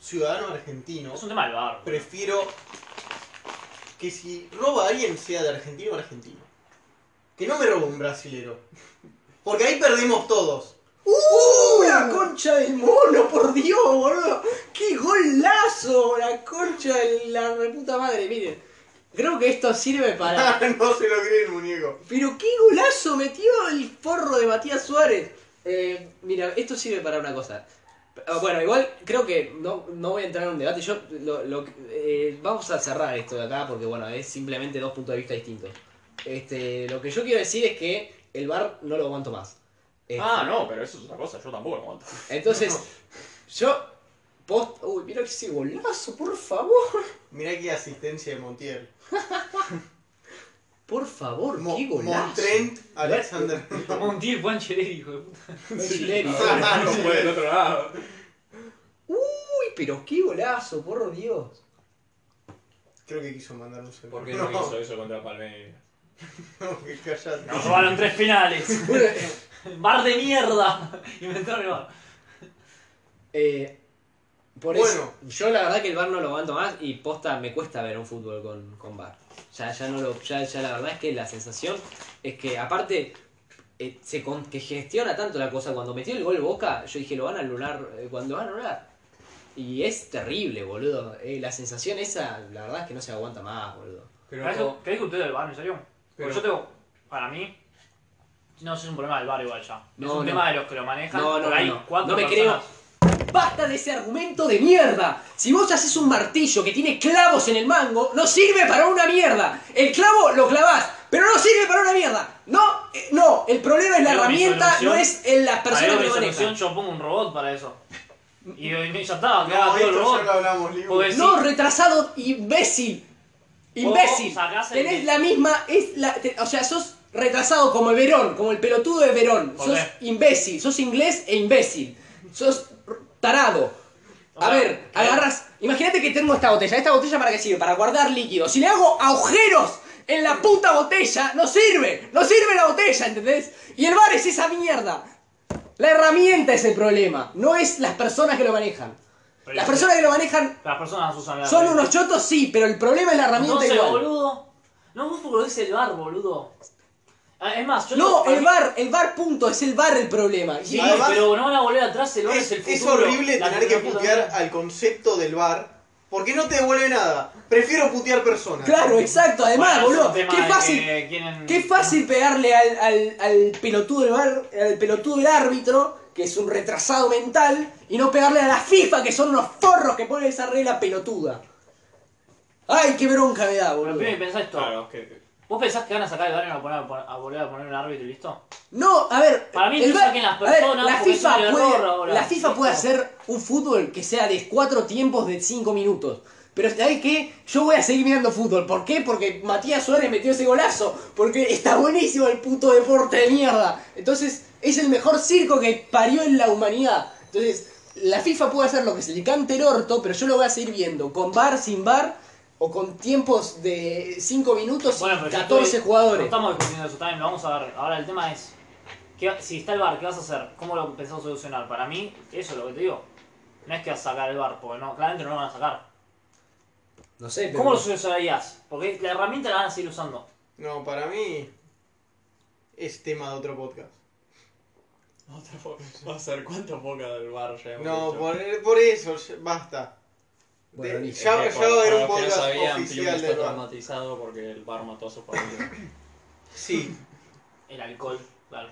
B: ciudadano argentino
E: Es un tema del bar.
B: prefiero que si roba a alguien sea de argentino a argentino. Que no me robe un brasilero. Porque ahí perdimos todos.
C: ¡Uh! ¡La concha del mono! ¡Por Dios, boludo! ¡Qué golazo! ¡La concha de la reputa madre! Miren, creo que esto sirve para.
B: no se lo cree el muñeco.
C: Pero qué golazo metió el forro de Matías Suárez. Eh, mira, esto sirve para una cosa. Ah, Bueno, igual creo que no, no voy a entrar en un debate. Yo lo, lo- eh, vamos a cerrar esto de acá porque bueno, es simplemente dos puntos de vista distintos. Este, lo que yo quiero decir es que el bar no lo aguanto más. Este,
D: Ah, no, pero eso es otra cosa, yo tampoco lo aguanto.
C: Entonces, yo post, uy, mira ese golazo, por favor.
B: Mirá qué asistencia de Montiel.
C: Por favor,
B: Mo-
C: qué golazo.
B: Montrent Alexander.
E: Como un tío Juan Chereri, hijo de puta.
C: Montiel.
D: no fue del otro lado.
C: Uy, pero qué golazo, por Dios.
B: Creo que quiso mandar un segundo.
D: ¿Por qué no hizo eso contra Palmeiras?
B: No, que callate.
E: Nos robaron tres penales. bar de mierda. Inventaron el bar.
C: Eh, por
B: Bueno.
C: eso, yo la verdad que el bar no lo aguanto más y posta me cuesta ver un fútbol con, con bar. Ya, ya no lo, ya, ya la verdad es que la sensación es que aparte eh, se con- que gestiona tanto la cosa. Cuando metió el gol Boca, yo dije lo van a anular eh, cuando van a anular. Y es terrible, boludo. Eh, la sensación esa, la verdad es que no se aguanta más, boludo.
D: Pero,
E: ¿Querés que usted del bar, en serio? Porque
D: Pero-
E: yo tengo, para mí, No, eso es un problema del bar igual ya.
C: No,
E: es un
C: no.
E: tema de los que lo manejan.
C: No, no,
E: por
C: no,
E: ahí,
C: no.
E: cuatro
C: No me
E: personas.
C: ¡Basta de ese argumento de mierda! Si vos haces un martillo que tiene clavos en el mango, no sirve para una mierda. El clavo lo clavás, pero no sirve para una mierda. No, eh, no, el problema es la
E: Yo, mi
C: herramienta,
E: solución-
C: no es eh, la persona
E: Para
C: que
E: mi
C: lo maneja.
E: solución yo pongo un robot para eso. Y, y ya está, que
B: No,
E: haga todo el
B: esto ya
E: robot.
B: lo hablamos, Liu.
E: Porque
C: No,
E: si-
C: retrasado, imbécil. Imbécil.
E: O sacás el-
C: Tenés la misma, es la, te- o sea, sos retrasado como Verón, como el pelotudo de Verón.
E: ¿Por
C: Sos
E: qué?
C: imbécil, sos inglés e imbécil. Sos tarado. A
E: O sea,
C: ver,
E: ¿qué?
C: agarras. Imagínate que tengo esta botella. ¿Esta botella para qué sirve? Para guardar líquido. Si le hago agujeros en la puta botella, no sirve. No sirve la botella, ¿entendés? Y el bar es esa mierda. La herramienta es el problema, no es las personas que lo manejan.
E: Pero
C: Las
E: sí.
C: personas que lo manejan
E: Las personas usan la
C: son unos chotos, sí, pero el problema es la herramienta
E: Entonces,
C: igual.
E: boludo. No, vos porque lo dice el bar, boludo. Ah, Es más, yo
C: No,
E: para
C: el
E: mí-
C: bar, el bar punto, es el bar el problema. Y-
E: Sí,
B: Además-
E: pero no van a volver atrás, el bar
B: Es,
E: es, el
B: es
E: futuro.
B: horrible
E: La
B: tener que
E: tecnología
B: putear
E: también.
B: al concepto del bar porque no te devuelve nada. Prefiero putear personas.
C: Claro, exacto, además,
E: Bueno, es un
C: boludo,
E: tema
C: qué
E: de
C: fácil.
E: que quieren-
C: Qué fácil pegarle al, al, al pelotudo del bar, al pelotudo del árbitro, que es un retrasado mental, y no pegarle a la FIFA, que son unos forros que ponen esa regla pelotuda. Ay, qué bronca me da,
E: Pero
C: boludo.
E: primero pensá esto.
D: Claro, que,
E: ¿Vos pensás que van a sacar el bar y van a, poner- a volver a poner un árbitro y listo?
C: No, a ver,
E: Para mí
C: el
E: no
C: bar-
E: saquen las
C: a ver,
E: personas
C: la
E: porque
C: FIFA
E: es un
C: puede,
E: error ahora.
C: la FIFA puede
E: Listo.
C: hacer un fútbol que sea de cuatro tiempos de cinco minutos. Pero ¿sabes qué? Yo voy a seguir mirando fútbol. ¿Por qué? Porque Matías Suárez metió ese golazo. Porque está buenísimo el puto deporte de mierda. Entonces, es el mejor circo que parió en la humanidad. Entonces, la FIFA puede hacer lo que se le cante el orto, pero yo lo voy a seguir viendo. Con bar, sin bar, o con tiempos de cinco minutos,
E: Bueno, pero
C: y
E: yo
C: 14
E: estoy- No
C: jugadores.
E: estamos discutiendo eso también, lo vamos a ver. Ahora el tema es. ¿qué- si está el bar, ¿qué vas a hacer? ¿Cómo lo pensás solucionar? Para mí, eso es lo que te digo. No es que vas a sacar el bar, porque no, claramente no lo van a sacar.
C: No sé, pero...
E: ¿Cómo lo solucionarías? Porque la herramienta la van a seguir usando.
B: No, para mí es tema de otro podcast.
D: Otra poca. Va a ser cuánto poca del bar ya hemos
B: No,
D: dicho.
B: por, por eso, ya- basta.
C: Bueno,
B: De-
C: listo.
B: ya
D: Es que
B: ya va a haber un
D: para los que no
B: podcast
D: sabían, Pium
B: oficial
D: está
B: del bar.
D: traumatizado porque el bar mató a su familia.
B: Sí,
E: El alcohol, claro.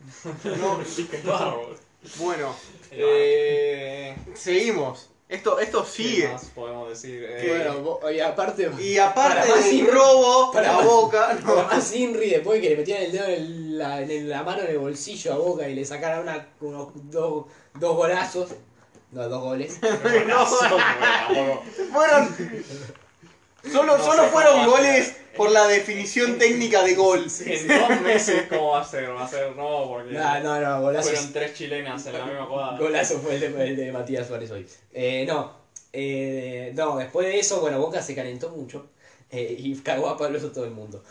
B: no,
D: El bar, boludo.
B: bueno,
D: Eh,
B: seguimos. Esto, esto
D: ¿Qué
B: sigue.
D: más podemos decir? Eh,
B: Que-
C: Bueno, vos- y aparte...
B: Y aparte
C: Para más
B: del
C: Inri-
B: robo,
C: para
B: la
C: más-
B: boca,
C: Pero
B: no.
C: más Inri después que le metían el dedo en el- la, en el- la mano en el bolsillo a Boca y le sacaran una, unos dos, dos golazos. No, dos goles.
B: No.
D: bueno,
B: Fueron. Solo,
D: No
B: solo
D: sé
B: fueron
D: cómo va Eh, a
B: goles
D: ser.
B: por la definición técnica de gol.
D: en dos meses, ¿cómo va a ser? Va a ser no, porque
C: No, no, no,
D: fueron
C: golazos.
D: tres chilenas en la misma jugada.
C: Golazo fue el de, el de Matías Suárez hoy. Eh, no, eh, no, después de eso, bueno, Boca se calentó mucho. eh, y cagó a palos a todo el mundo.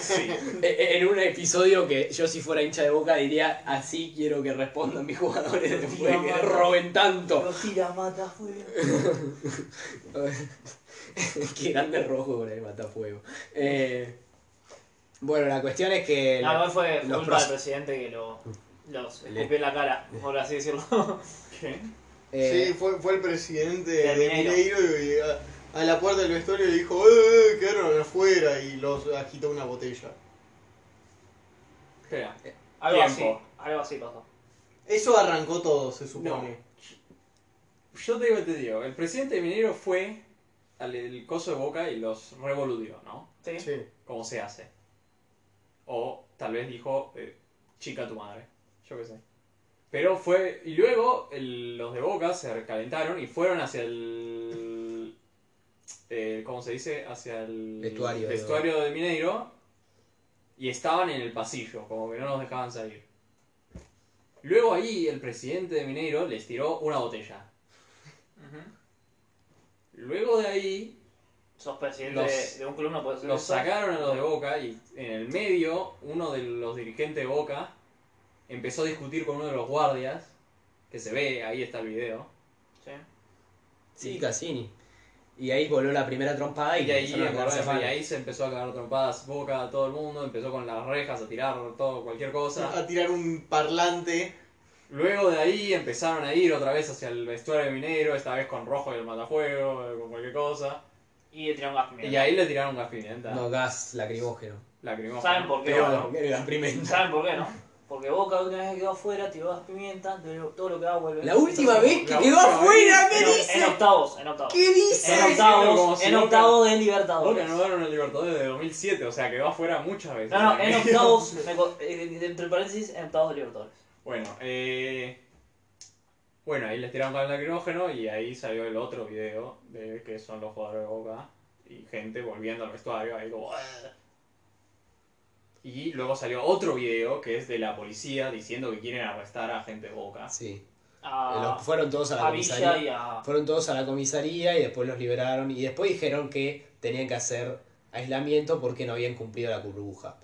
D: Sí.
C: Eh, En un episodio que yo si fuera hincha de Boca diría, así quiero que respondan mis jugadores después de que roben tanto.
E: tira, mata, fuego.
C: Qué grande rojo con el matafuego. Eh, bueno, la cuestión es que.
E: No, igual fue
C: los
E: culpa
C: pros-
E: del presidente que lo, los
C: El-
E: escupió en la cara, por así decirlo.
D: ¿Qué?
C: eh,
B: Sí, fue, fue el presidente
E: De
B: de
E: Mineiro.
B: Mineiro y a, a la puerta del vestuario le dijo, ¡eh, eh, quedaron afuera! Y los agitó una botella.
D: ¿Qué?
E: Algo así,
D: Tiempo.
E: algo así pasó.
B: Eso arrancó todo, se supone.
D: Yo te digo, te digo, el presidente de Minero fue al el coso de Boca y los revoludió, ¿no?
E: ¿Sí?
B: Sí.
D: Como se hace. O tal vez dijo, eh, chica tu madre, yo qué sé. Pero fue, y luego el- los de Boca se recalentaron y fueron hacia el, eh, ¿cómo se dice? Hacia el
C: Vestuario.
D: vestuario de Mineiro y estaban en el pasillo, como que no nos dejaban salir. Luego ahí el presidente de Mineiro les tiró una botella. Luego de ahí
E: Sos presidente
D: Los-
E: de- de un club, no podés ser
D: los sacaron a los de Boca y en el medio uno de los dirigentes de Boca empezó a discutir con uno de los guardias, que se ve, ahí está el video.
E: Sí.
C: sí, Cassini. Y ahí voló la primera trompada y,
D: Y ahí,
C: empezaron a cagarse a
D: y
C: palo.
D: ahí se empezó a cagar trompadas Boca a todo el mundo, empezó con las rejas a tirar todo, cualquier cosa.
B: A tirar un parlante.
D: Luego de ahí empezaron a ir otra vez hacia el vestuario de Minero, esta vez con Rojo y el Matafuego, eh, con cualquier cosa.
E: y de tirar un gas
D: Y
E: pimienta.
D: ahí le tiraron gas pimienta.
C: No, gas lacrimógeno.
D: Lacrimógena.
E: ¿Saben por qué?
C: Peor,
E: no?
C: la primera.
E: ¿Saben por qué, no? Porque Boca una vez que quedó afuera, tiró gas pimienta, pero todo lo que da vuelve.
C: La última vez que
D: La
C: quedó
D: última
C: afuera, ¿qué
E: En, en
C: dice?
E: octavos, en octavos.
C: ¿Qué
E: En
C: dice?
D: Era- diciendo como
E: octavos,
D: si
E: en
D: Boca-
E: octavos de
D: Boca
E: Libertadores.
D: no ganaron el Libertadores de 2007, o sea, quedó afuera muchas veces.
E: No, no, en
D: Medio.
E: octavos, me co- eh, entre paréntesis, en octavos de Libertadores.
D: Bueno, eh... Bueno, ahí les tiraron con el lacrimógeno y ahí salió el otro video de que son los jugadores de Boca y gente volviendo al vestuario ahí como... "Ah". Y luego salió otro video que es de la policía diciendo que quieren arrestar a gente de Boca.
C: Sí,
E: A,
C: los- fueron todos a la
E: a Villa
C: comisaría.
E: y a.
C: Fueron todos a la comisaría y después los liberaron y después dijeron que tenían que hacer aislamiento porque no habían cumplido la burbuja.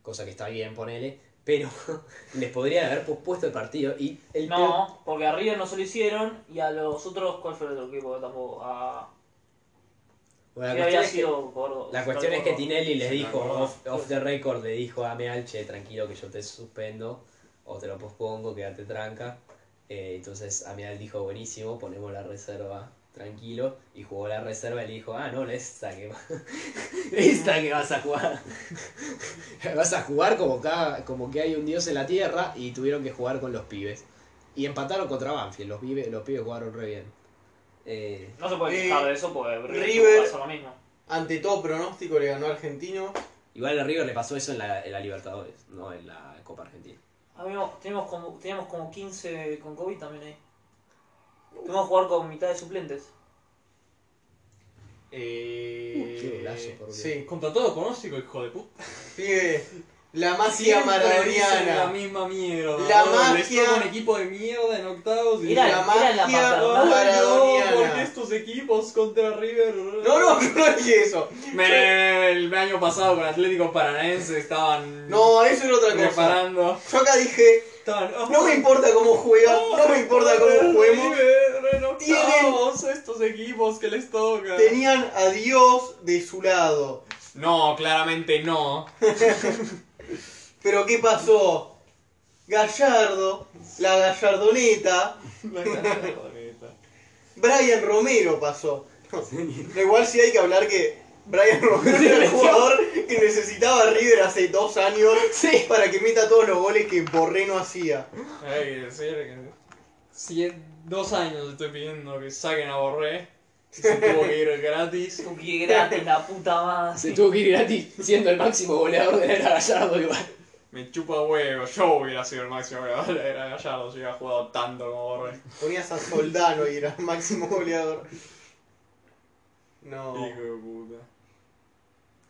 C: Cosa que está bien, ponele. Pero les podrían haber pospuesto el partido y el peor-
E: No, porque a River no se lo hicieron y a los otros, ¿cuál fue el otro equipo que tampoco? A.
C: Bueno,
E: que
C: la
E: había
C: cuestión es que-
E: sido gordo.
C: La cuestión es que Tinelli les
D: Se
C: dijo,
D: acordó.
C: off, off the record, le dijo a Meal, che, tranquilo que yo te suspendo o te lo pospongo, quédate tranca. Eh, entonces Ameal dijo, buenísimo, ponemos la reserva, tranquilo. Y jugó la reserva y le dijo, ah, no, esta que, va- esta que vas a jugar. vas a jugar como, cada, como que hay un dios en la tierra y tuvieron que jugar con los pibes. Y empataron contra Banfield, los, pibe- los pibes jugaron re bien. Eh,
E: No se puede
B: Eh,
E: quejar de eso porque
B: River-
E: River pasó lo mismo.
B: Ante todo pronóstico le ganó a Argentino.
C: igual a River le pasó eso en la, en la Libertadores, no en la Copa Argentina.
E: Habíamos, teníamos, como, teníamos como 15 con COVID también ahí. Tuvimos que jugar con mitad de suplentes.
D: Eh...
C: Uh, Qué golazo, por Dios.
B: Sí.
D: Contra todo pronóstico, hijo de puta.
B: Pibe, la magia
D: dicen La
B: maradoniana.
D: misma mierda.
B: La
D: boludo. Les
B: magia-
D: toca un equipo de mierda en octavos y...
E: Mirá,
B: La
E: Era la
B: magia
D: Ay,
E: maternal.
B: maradoniana.
D: no, porque estos equipos contra River.
B: No, no, no dije eso.
D: Me- el año pasado con Atlético Paranaense estaban
B: No, eso era otra cosa.
D: preparando.
B: Yo acá dije,
D: Estaban, "Oh,
B: no me importa cómo juega, no me importa cómo juguemos.
D: River en octavos,
B: Tienen-
D: estos equipos que les toca.
B: Tenían a Dios de su lado.
D: No, claramente no.
B: Pero ¿qué pasó? Gallardo, la Gallardoneta, Brian Romero pasó. Da Igual sí hay que hablar que Brian Romero era el jugador que necesitaba a River hace dos años para que meta todos los goles que Borré no hacía.
D: Ay, sí, que- si en dos años estoy pidiendo que saquen a Borré. que Se tuvo que ir gratis.
E: Tuki gratis, la puta madre.
C: Se tuvo que ir gratis siendo el máximo goleador de la era Gallardo igual.
D: Me chupa huevo. Yo hubiera sido el máximo goleador de la Gallardo si hubiera jugado tanto como Borré.
B: Ponías a Soldano y era el máximo goleador. No.
D: Hijo de puta.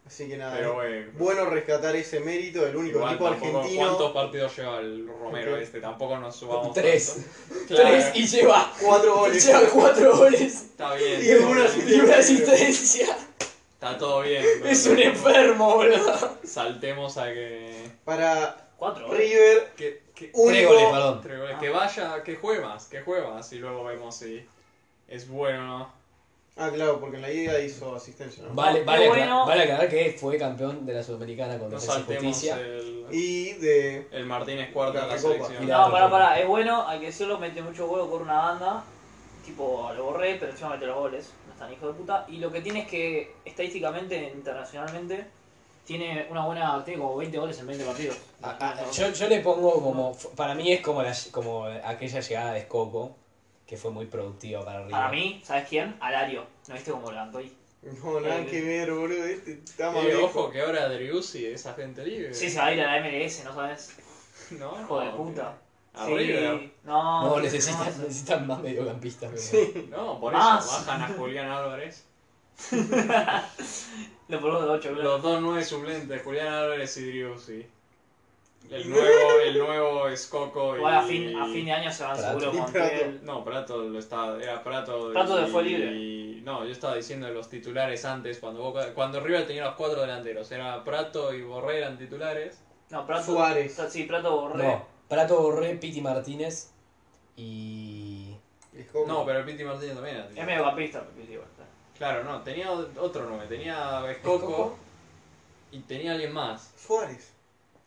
B: Así que
D: Pero
B: nada.
D: bueno.
B: Bueno rescatar ese mérito del único
D: Igual
B: equipo
D: tampoco,
B: argentino.
D: ¿Cuántos partidos lleva el Romero
B: Ok.
D: este? Tampoco nos subamos.
C: Tres.
D: tanto. Claro,
C: Tres y lleva,
B: Cuatro goles.
C: lleva cuatro goles
D: Está bien.
B: Y una
C: y una asistencia.
D: Está todo bien. ¿no?
C: Es un enfermo, boludo.
D: Saltemos a que.
B: Para
E: Cuatro. ¿eh?
B: River,
D: Que, que,
C: Tres goles,
B: único.
C: perdón.
D: tres goles. que vaya, que juegas, que juegas. Y luego vemos si es bueno o no.
B: Ah, claro, porque en la liga hizo asistencia. ¿no?
C: Vale,
E: Qué
C: vale,
E: bueno.
C: vale aclarar que fue campeón de la Sudamericana con
D: No
C: Defensa y
D: saltemos eh.
C: Justicia.
D: el,
B: Y de.
D: el Martínez cuarta de la
B: La Copa.
D: selección.
C: Mirá.
E: No, pará, pará, es bueno, hay que decirlo, mete mucho huevo con una banda, tipo lo borré, pero encima mete los goles, no es tan hijo de puta. Y lo que tiene es que estadísticamente, internacionalmente, tiene una buena, tiene como 20 goles en 20 partidos.
C: Ah, ah, yo, yo le pongo como. Para mí es como, la, como aquella llegada de Escoco, que fue muy productiva para River.
E: Para mí, ¿sabes quién? Alario, ¿no viste cómo lo levantó ahí?
B: No, nada que ver, boludo. Este está más
D: Y
B: viejo.
D: ojo que ahora Driussi es agente libre.
E: Sí, se va a ir a la MLS, ¿no sabes?
D: No,
E: Hijo de
D: no,
E: puta.
D: que- A
E: Sí,
D: River.
E: No,
C: No,
E: no,
C: necesitan,
E: no,
C: necesitan más mediocampistas. boludo.
D: No, por
E: Más.
D: eso bajan a Julián Álvarez.
E: Lo ponemos de 8,
D: Los dos nueve suplentes, Julián Álvarez y Driussi. El nuevo, el nuevo es Coco y...
E: Igual a fin, a fin de año se van
C: Prato.
E: seguro
B: Y
E: con
B: Prato.
E: Fidel.
D: No, Prato lo estaba... Era Prato...
E: Prato
D: y-
E: fue libre.
D: y- no, yo estaba diciendo de los titulares antes, cuando Boca- cuando River tenía los cuatro delanteros. Era Prato y Borré eran titulares.
E: No, Prato.
B: Suárez.
E: Sí, Prato borré.
C: No, Prato Borré, Piti Martínez y.
D: No, pero el Piti Martínez también era
E: Es
D: titular.
E: mediocampista, pero digo, está.
D: Claro, no, tenía otro nombre. Tenía Escoco y tenía alguien más.
B: Suárez.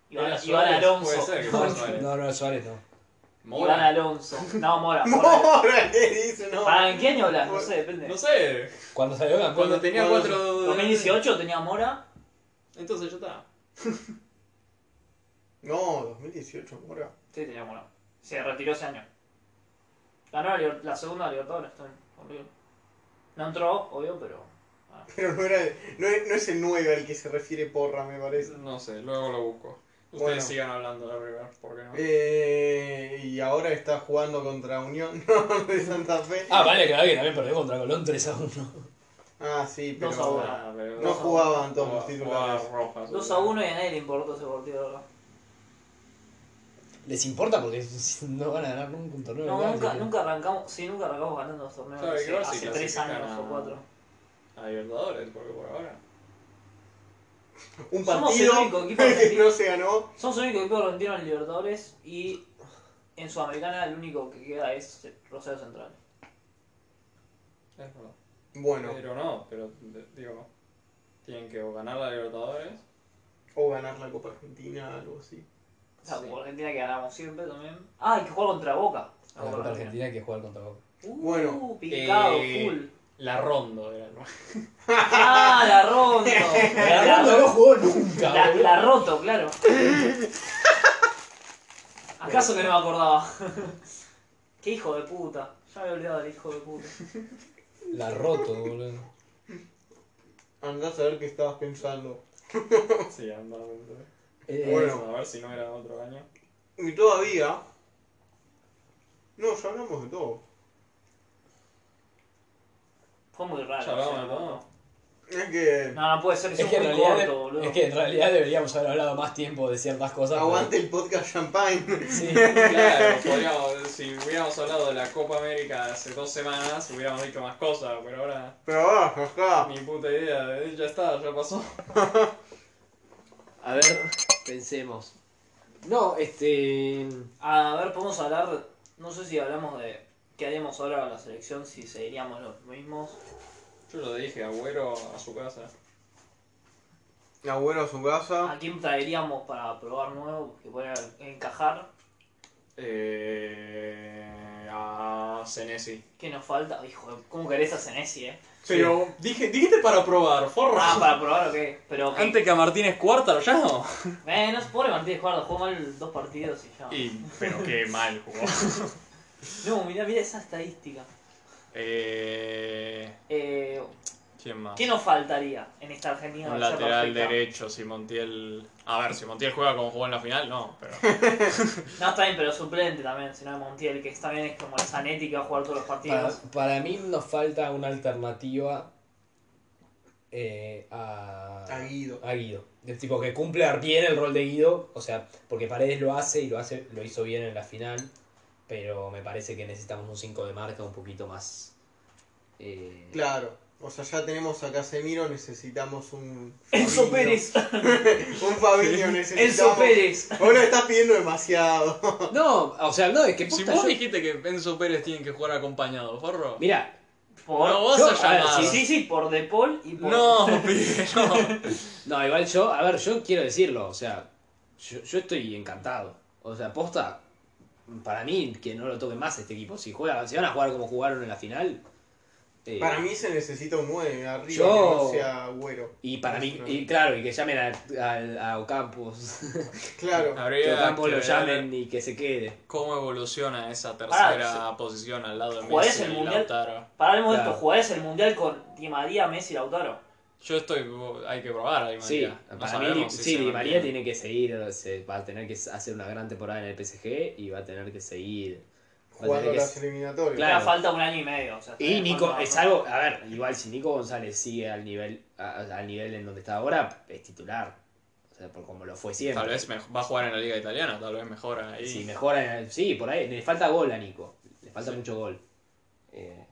E: Iván,
D: Era
E: Iván
D: Suárez, puede
E: Alonso.
D: ser que
C: No,
D: sea Suárez.
C: no, no, Suárez no.
D: Mora.
E: Iván Alonso. No,
D: Ah,
E: Mora. Mora.
B: Mora le dice, no.
E: ¿Para en qué año hablas? No sé, depende.
D: No sé,
A: Cuando salió campeón.
D: cuando tenía
G: Cuando-
D: cuatro...
E: 2018 tenía Mora.
D: Entonces ya está.
B: No, 2018, Mora.
E: Sí, tenía Mora. Se retiró ese año. Ganó la, liber- la segunda Libertadores también. con River. No entró, obvio, pero.
B: Pero no, era, no, es, no es el 9 al que se refiere Porra, me parece.
D: No sé, luego lo busco. Ustedes
B: Bueno.
D: sigan hablando de River, ¿por qué no?
B: Eh, y ahora está jugando contra Unión de Santa Fe.
A: Ah, vale, claro que también perdió contra Colón 3 a 1.
B: Ah, sí, pero
E: Dos a uno.
D: Ah, pero-
B: no jugaban todos
D: Jugaba-
B: los titulares.
D: jugaba Rojas,
E: 2 a 1 y a nadie le importó ese partido, la verdad.
A: Les importa porque no van a ganar nunca un torneo.
E: No,
A: local,
E: nunca,
A: así que-
E: nunca arrancamos, sí, nunca arrancamos ganando los torneos.
D: Claro,
E: hace
D: igual sí
E: hace tres
D: clasifican
E: años
D: a-
E: o cuatro.
D: A Libertadores, porque por ahora.
B: Un
E: Somos
B: partido
E: el único equipo
B: que
E: argentino.
B: no se ganó.
E: Somos el único equipo argentino en Libertadores y en Sudamericana el único que queda es Rosario Central.
D: Es verdad.
B: Bueno,
D: Pero no, pero de- digo, tienen que o ganar la Libertadores.
B: o ganar la Copa Argentina, algo así.
E: O sea,
D: Sí.
E: como Argentina que ganamos siempre también. Ah, hay que jugar contra Boca.
C: Ah,
A: A la Copa Argentina hay que jugar contra Boca.
E: Uh,
B: Bueno,
E: picado,
D: eh,
E: full.
D: La Rondo era el nombre.
E: Ah, la rondo.
A: La Rondo no jugó nunca.
E: La,
A: boludo.
E: la roto, claro. ¿Acaso que no me acordaba? Qué hijo de puta. Ya me he olvidado del hijo de puta.
A: La roto, boludo.
B: Andás a ver qué estabas pensando.
D: Sí, andaba. dentro.
A: Eh,
B: Bueno.
D: A ver si no era otro año.
B: Y todavía. No, ya hablamos de todo.
E: Fue muy raro.
D: Ya hablamos
E: o sea,
D: de todo.
B: Es que.
E: No, no puede ser que
A: Es
E: sea
A: que, en
E: muy
A: realidad,
E: corto, boludo.
A: es que en realidad deberíamos haber hablado más tiempo de ciertas cosas. pero-
B: Aguante el podcast Champagne.
A: Sí.
D: Claro, podríamos, si hubiéramos hablado de la Copa América hace dos semanas, hubiéramos dicho más cosas, pero ahora
B: Pero ah, ajá.
D: ni puta idea, eh, ya está, ya pasó.
C: A ver, pensemos. No, este.
E: A ver, podemos hablar. No sé si hablamos de qué haríamos ahora con la selección, si seguiríamos los mismos.
D: Yo lo dije, agüero a su casa.
B: Agüero a su
E: ¿A
A: Ah.
B: casa.
E: quién traeríamos para probar nuevo que pueda encajar?
D: Eh, a Senesi.
E: ¿Qué nos falta? Hijo, de- ¿cómo querés a Senesi, eh?
D: Pero dije, dijiste para probar, forro.
E: Ah, para probar o qué. Pero que.
D: Antes que a Martínez Cuarta, ya no.
E: Eh, no se pobre Martínez Guarda, jugó mal dos partidos y ya.
D: Y, pero qué mal jugó.
E: No, mirá, mirá esa estadística.
D: Eh,
E: Eh,
D: ¿Quién más?
E: ¿Qué nos faltaría en esta Argentina?
D: Un
E: para ser
D: lateral
E: perfecta?
D: derecho, si Montiel... A ver, si Montiel juega como jugó en la final, no, pero...
E: No, está bien, pero suplente también, si no es Montiel, que también es como el Zanetti que va a jugar todos los
A: Para,
E: partidos.
A: para mí nos falta una alternativa eh, a,
B: A Guido.
A: a Guido. De tipo que cumple bien el rol de Guido. O sea, porque Paredes lo hace y lo hace, lo hizo bien en la final. Pero me parece que necesitamos un 5 de marca un poquito más. eh,
B: Claro. O sea, ya tenemos a Casemiro, necesitamos un.
E: Enzo
B: Fabinho.
E: Pérez,
B: Un Fabinho necesitamos.
E: Enzo Pérez.
B: Vos lo estás pidiendo demasiado.
C: No, o sea, no, es que.
D: Si
C: posta
D: vos
C: yo-
D: dijiste que Enzo Pérez tiene que jugar acompañado, forro.
C: Mirá,
E: Por...
D: No, vos
C: yo-
D: has
C: a ver,
D: llamado.
E: sí, sí, sí, por De Paul y por.
D: No, pibe, no.
C: No, igual yo, a ver, yo quiero decirlo, o sea, yo, yo estoy encantado. O sea, posta, para mí, que no lo toque más este equipo. Si juega, si van a jugar como jugaron en la final. eh,
B: Para mí se necesita un 9 arriba
C: Yo-
B: que no sea Agüero.
C: Y para mí,
B: Claro.
C: y claro, y que llamen a, a- a Ocampos.
B: Claro.
C: que
D: Habría
C: Ocampos
D: que
C: lo
D: ver
C: llamen y que se quede.
D: cómo evoluciona esa tercera posición al lado de
E: ¿Jugarás
D: Messi
E: el
D: y
E: Mundial?
D: Lautaro.
E: Para el momento,
C: Claro.
E: jugarás el mundial con Di María, Messi y Lautaro.
D: Yo estoy... Hay que probar a Di
C: Sí,
D: María. No
C: para mí,
D: sabemos si
C: sí,
D: se
C: Di María
D: mantiene.
C: tiene que seguir, se- va a tener que hacer una gran temporada en el PSG y va a tener que seguir. va a
B: Jugando
C: tener que
B: las
C: se-
B: eliminatorias.
C: Claro.
E: Ya falta un año y medio. O sea,
C: Y Nico,
E: falta-
C: es algo, a ver, igual si Nico González sigue al nivel, a- al nivel en donde está ahora, es titular. O sea, por como lo fue siempre.
D: Tal vez mej- va a jugar en la liga italiana, tal vez mejora ahí.
C: Si mejora, en el- sí, por ahí, le falta gol a Nico. Le falta mucho gol. Eh,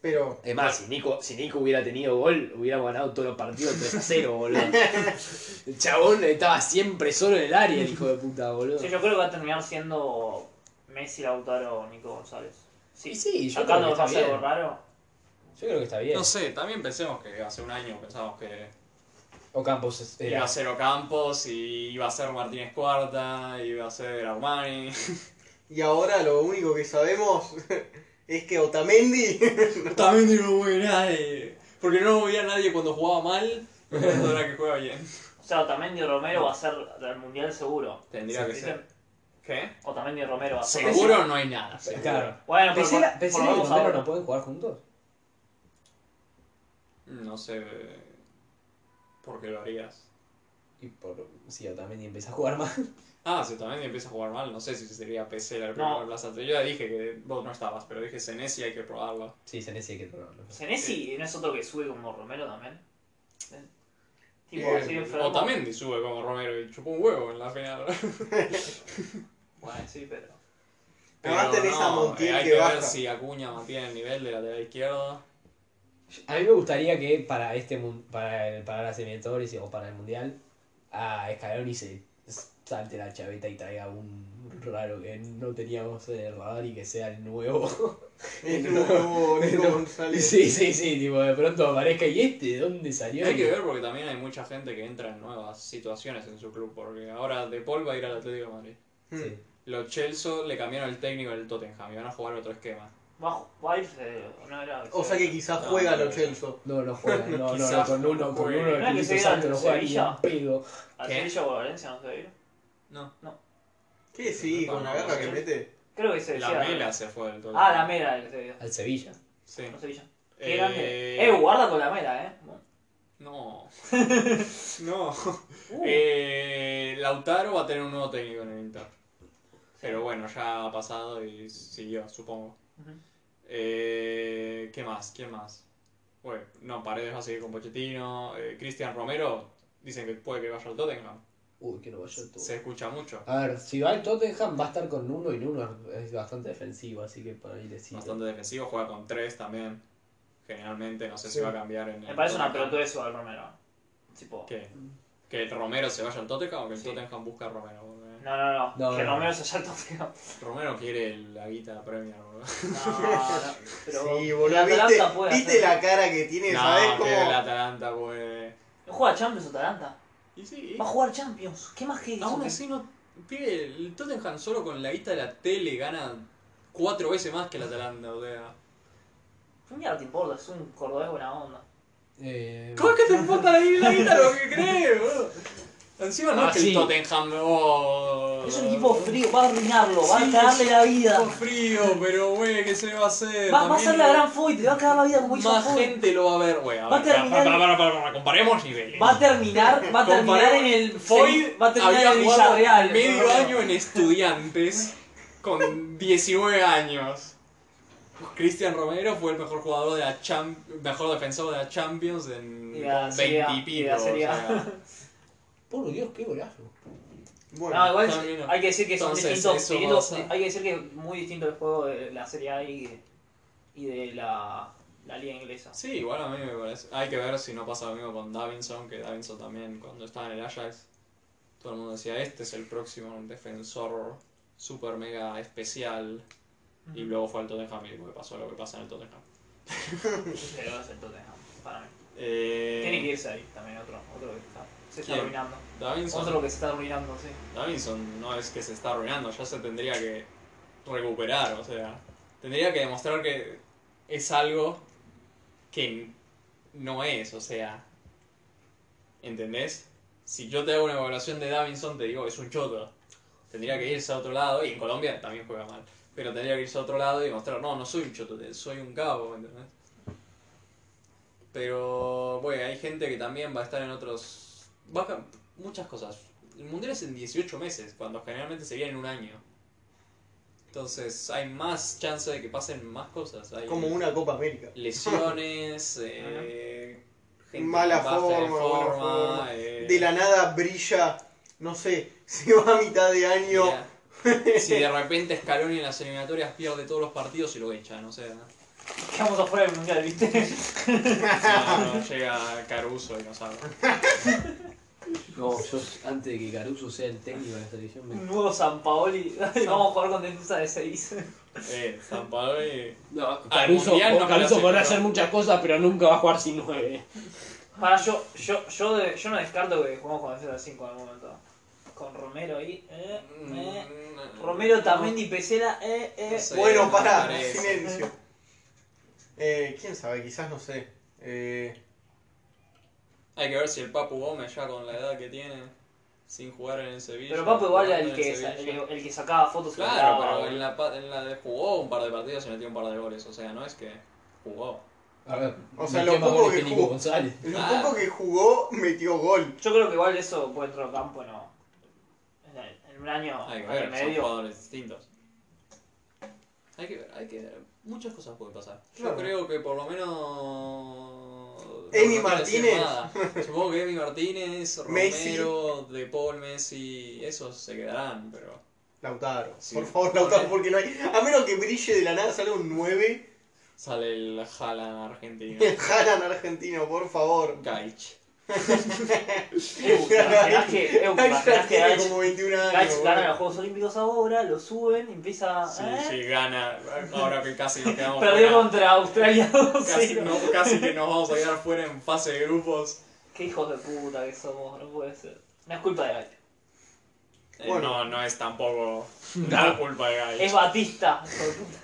B: Pero.
C: es más, si Nico, si Nico hubiera tenido gol, hubiéramos ganado todos los partidos 3 a 0, boludo. El chabón estaba siempre solo en el área, el hijo de puta, boludo.
E: Sí, yo creo que va a terminar siendo Messi, Lautaro o Nico González.
A: Y sí, yo creo
E: sacando
A: que
E: que
A: está
E: pase
A: bien.
E: algo raro.
A: Yo creo que está bien.
D: No sé, también pensemos que hace un año pensábamos que
A: Ocampos
D: Iba
A: era.
D: a ser Ocampos, y iba a ser Martínez Cuarta, iba a ser Armani.
B: Y ahora lo único que sabemos es que Otamendi.
D: También no voy a nadie. Porque no voy a nadie cuando jugaba mal, pero ahora que juega bien.
E: O sea, Otamendi Romero va a ser del mundial seguro.
D: Tendría que ser. ¿Qué?
E: Otamendi Romero va a ser.
D: Seguro no hay nada.
A: Claro.
E: Bueno, pero por-
A: Pesela,
E: por
A: Pesela
E: lo
A: y
E: menos
A: Romero
E: ahora.
A: no pueden jugar juntos.
D: No sé. ¿Por qué lo harías?
A: Y por si Otamendi empieza a jugar más.
D: Ah, si también empieza a jugar mal, no sé si sería PC la
E: No.
D: primera plaza. Yo ya dije que vos no estabas, pero dije Senesi hay que probarlo.
A: Sí, Senesi hay que probarlo.
E: Senesi no es otro que sube como Romero también. ¿Eh? Tipo,
B: Eh,
E: así enfermo.
D: O también sube como Romero y chupó un huevo en la final.
E: Bueno, sí, pero.
B: Además tenés a Montiel
D: eh, hay
B: que
D: que, ver
B: baja.
D: si Acuña mantiene el nivel de lateral izquierdo.
A: A mí me gustaría que para este mun- para, el- para las eliminatorias o para el mundial a Scaloni se salte la chaveta y traiga un raro que no teníamos en el radar y que sea el nuevo.
B: Es nuevo Nico
A: No.
B: González.
A: Sí, sí, sí, tipo de pronto aparezca y este, ¿de dónde salió?
D: Hay que ver porque también hay mucha gente que entra en nuevas situaciones en su club. Porque ahora De Paul va a ir al Atlético de Madrid.
B: Hmm.
A: Sí.
D: Los Chelsea le cambiaron el técnico del Tottenham y van a jugar otro esquema.
E: Va a ju- va a irse. No era.
B: O sea que quizás juega
D: No, no,
B: los Chelsea.
A: No, no juega, no, no, no,
D: Quizás
A: con uno, con
D: juegue.
A: uno el
E: No, que
A: Espíritu
E: se
A: Santo
E: vea
A: no juega ni
E: Sevilla.
A: un pedo.
E: ¿A
D: ¿Qué?
E: Sevilla o a Valencia no se ve?
D: No.
B: ¿Qué? Sí, con la garra que mete.
E: Creo que se
D: La
E: decía-
D: Mela se fue del Tottenham.
E: Ah, la mera que se vio.
A: Al Sevilla.
D: Sí.
E: No Sevilla. Qué
D: Eh,
E: grande. Eh, guarda con la mera, eh.
D: No. no. Eh, Lautaro va a tener un nuevo técnico en el Inter. Pero bueno, ya ha pasado y siguió, supongo.
E: Ujú.
D: Eh, ¿Qué más? ¿Quién más? Bueno, no, Paredes va a seguir con Pochettino. Eh, Cristian Romero, dicen que puede que vaya al Tottenham.
A: Uy, que no vaya todo.
D: Se escucha mucho.
A: A ver, si va el Tottenham va a estar con uno y uno es bastante defensivo, así que para ir decir.
D: Bastante defensivo, juega con tres también. Generalmente, no sé
B: Sí.
D: si va a cambiar en
E: Me
D: el
E: parece una
D: Tottenham.
E: pelota de eso al Romero. Tipo.
D: ¿Qué? ¿Que el Romero se vaya al Tottenham o que el
E: Sí.
D: Tottenham busca a Romero? boludo?
E: No, no, no.
A: No,
E: que
A: no,
E: Romero se haya tocado.
D: Romero quiere la guita Premier, boludo.
E: No, no. Pero.
B: Sí,
E: el
B: boludo. ¿Viste,
E: Atalanta puede
B: viste
E: hacer-
B: la cara que tiene? ¿Sabés
D: No, que el
B: cómo?
D: Atalanta, pues.
E: ¿No juega Champions Atalanta?
D: Y sí.
E: Va a jugar Champions. ¿Qué más que
D: Aún
E: eso?
D: así no. Pibe, el Tottenham solo con la guita de la tele gana cuatro veces más que el Atalanta, o sea.
E: ¿Qué mierda te importa? Es un cordobés buena onda.
A: Eh,
D: ¿Cómo es que te importa la, la guita lo que crees, boludo? Encima no
A: Ah,
D: es que
A: sí.
D: el Tottenham. oh.
E: Es un equipo frío, va a arruinarlo, va a
D: Sí,
E: cagarle
D: es
E: la vida.
D: Equipo frío, pero wey, ¿qué se va a hacer?
E: Va, va a
D: También
E: ser la gran Foy, te va a cagar la vida como hizo
D: Más
E: Foy.
D: gente lo va a ver, wey.
E: Va a terminar-
D: Para, para, para, para, comparemos niveles.
E: Va a terminar, va a terminar en el
D: Foy
E: va a terminar
D: había
E: en el
D: jugado
E: Villarreal.
D: medio
E: boludo.
D: año en estudiantes con 19 años. Pues Cristian Romero fue el mejor jugador de la Cham- mejor defensor de la Champions en
E: Y la
D: con
E: Serie A,
D: 20 y
E: y
D: pico.
E: la
D: o
E: Serie A.
D: sea,
A: Por Dios, qué golazo.
E: No,
B: Bueno,
E: igual
D: Termino.
E: hay que decir que son
D: Entonces,
E: distintos,
D: eso
E: distintos-
D: pasa.
E: hay que decir que es muy distinto el juego de la Serie A y de, y de la, la liga inglesa.
D: sí, igual a mí me parece. Hay que ver si no pasa lo mismo con Davinson, que Davinson también cuando estaba en el Ajax, todo el mundo decía, este es el próximo defensor super mega especial. Y luego fue al Tottenham y le pasó lo que pasa en el Tottenham.
E: Pero es el Tottenham, para mí.
D: Eh,
E: Tiene que irse ahí también otro, otro que está, se está
D: ¿Quién?
E: arruinando.
D: Eh, Davinson.
E: Otro que se está arruinando, sí.
D: Davinson no es que se está arruinando, ya se tendría que recuperar, o sea, tendría que demostrar que es algo que no es, o sea, ¿entendés? Si yo te hago una evaluación de Davinson, te digo, es un choto, tendría que irse a otro lado, y en Colombia también juega mal, pero tendría que irse a otro lado y demostrar, no, no soy un choto, te- soy un cabo, ¿entendés? Pero, bueno, hay gente que también va a estar en otros... va a cam- muchas cosas. El mundial es en 18 meses, cuando generalmente sería en un año. Entonces hay más chance de que pasen más cosas. Hay
B: como una Copa América.
D: lesiones, eh, gente
B: Mala
D: baja de
B: forma, buena forma.
D: eh,
B: De la nada brilla, no sé, se va a mitad de año.
D: mira, si de repente Scaloni en las eliminatorias pierde todos los partidos y lo echan, o sea,
E: Quedamos afuera del mundial, ¿viste?
D: no, no llega Caruso y no sabe.
A: No, yo antes de que Caruso sea el técnico de la selección me-
E: Un nuevo San Paoli. Vamos a jugar con defensa de 6.
D: Eh, San Pablo y...
A: No,
D: Caruso-
A: Caruso,
D: Mundial no
A: Caruso
D: parece,
A: podrá
D: pero-
A: hacer muchas cosas, pero nunca va a jugar sin nueve.
E: Para, yo, yo, yo, de- yo no descarto que jugamos con Defensa 5 en algún momento. Con Romero ahí. eh,
D: Mm,
E: eh. Romero, Tamendi, Pesela. Eh, eh.
D: Sí,
B: bueno,
D: me
B: pará,
D: parece.
B: silencio. Eh, quién sabe, quizás no sé. Eh,
D: Hay que ver si el Papu Gómez ya con la edad que tiene, sin jugar en el Sevilla.
E: Pero Papo igual era el
D: jugando en
E: que,
D: el
E: sa- el,
D: Sevilla.
E: el que sacaba fotos. y
D: Claro,
E: mandaba,
D: pero
E: boludo.
D: en la, pa- en la de jugó un par de partidos y metió un par de goles, o sea, no es que jugó.
A: A ver,
B: O sea,
A: metió
B: lo
A: más
B: poco
A: goles
B: que
A: Nico
B: jugó.
A: González.
B: lo
D: Ah.
B: poco que jugó metió gol.
E: Yo creo que igual eso puede entrar a campo, no. En el- En un año,
D: Hay que
E: año y
D: ver, son
E: medio.
D: jugadores distintos. Hay que ver, hay que ver. Muchas cosas pueden pasar. Yo
B: Claro.
D: creo que por lo menos.
B: Emi
D: no quiero decir
B: Martínez.
D: nada. Supongo que Emi Martínez,
B: Messi.
D: Romero, De Paul, Messi, esos se quedarán, pero.
B: Lautaro,
D: Sí.
B: por favor, Lautaro, porque no hay. A menos que brille de la nada, sale un 9
D: Sale el Haaland argentino.
B: y el Haaland argentino, por favor.
D: Gaich.
E: Eu, ¿te imaginás que, eu, ¿te
B: Ay, ya
E: imaginás que
B: tiene
E: Gach-
B: como 21
E: Gach
B: años.
E: gana
B: boludo.
E: los Juegos Olímpicos ahora, lo suben, empieza.
D: Sí,
E: ¿eh?
D: sí, gana. Ahora que casi nos quedamos
E: Perdió
D: fuera.
E: contra Australia
D: Casi,
E: 2-0.
D: no, casi que nos vamos a quedar fuera en fase de grupos.
E: Qué hijos de puta que somos, no puede ser. No es culpa de Gallo.
D: Eh,
B: Bueno.
D: No, no es tampoco la culpa de Gaich.
E: Es Batista. hijo de puta.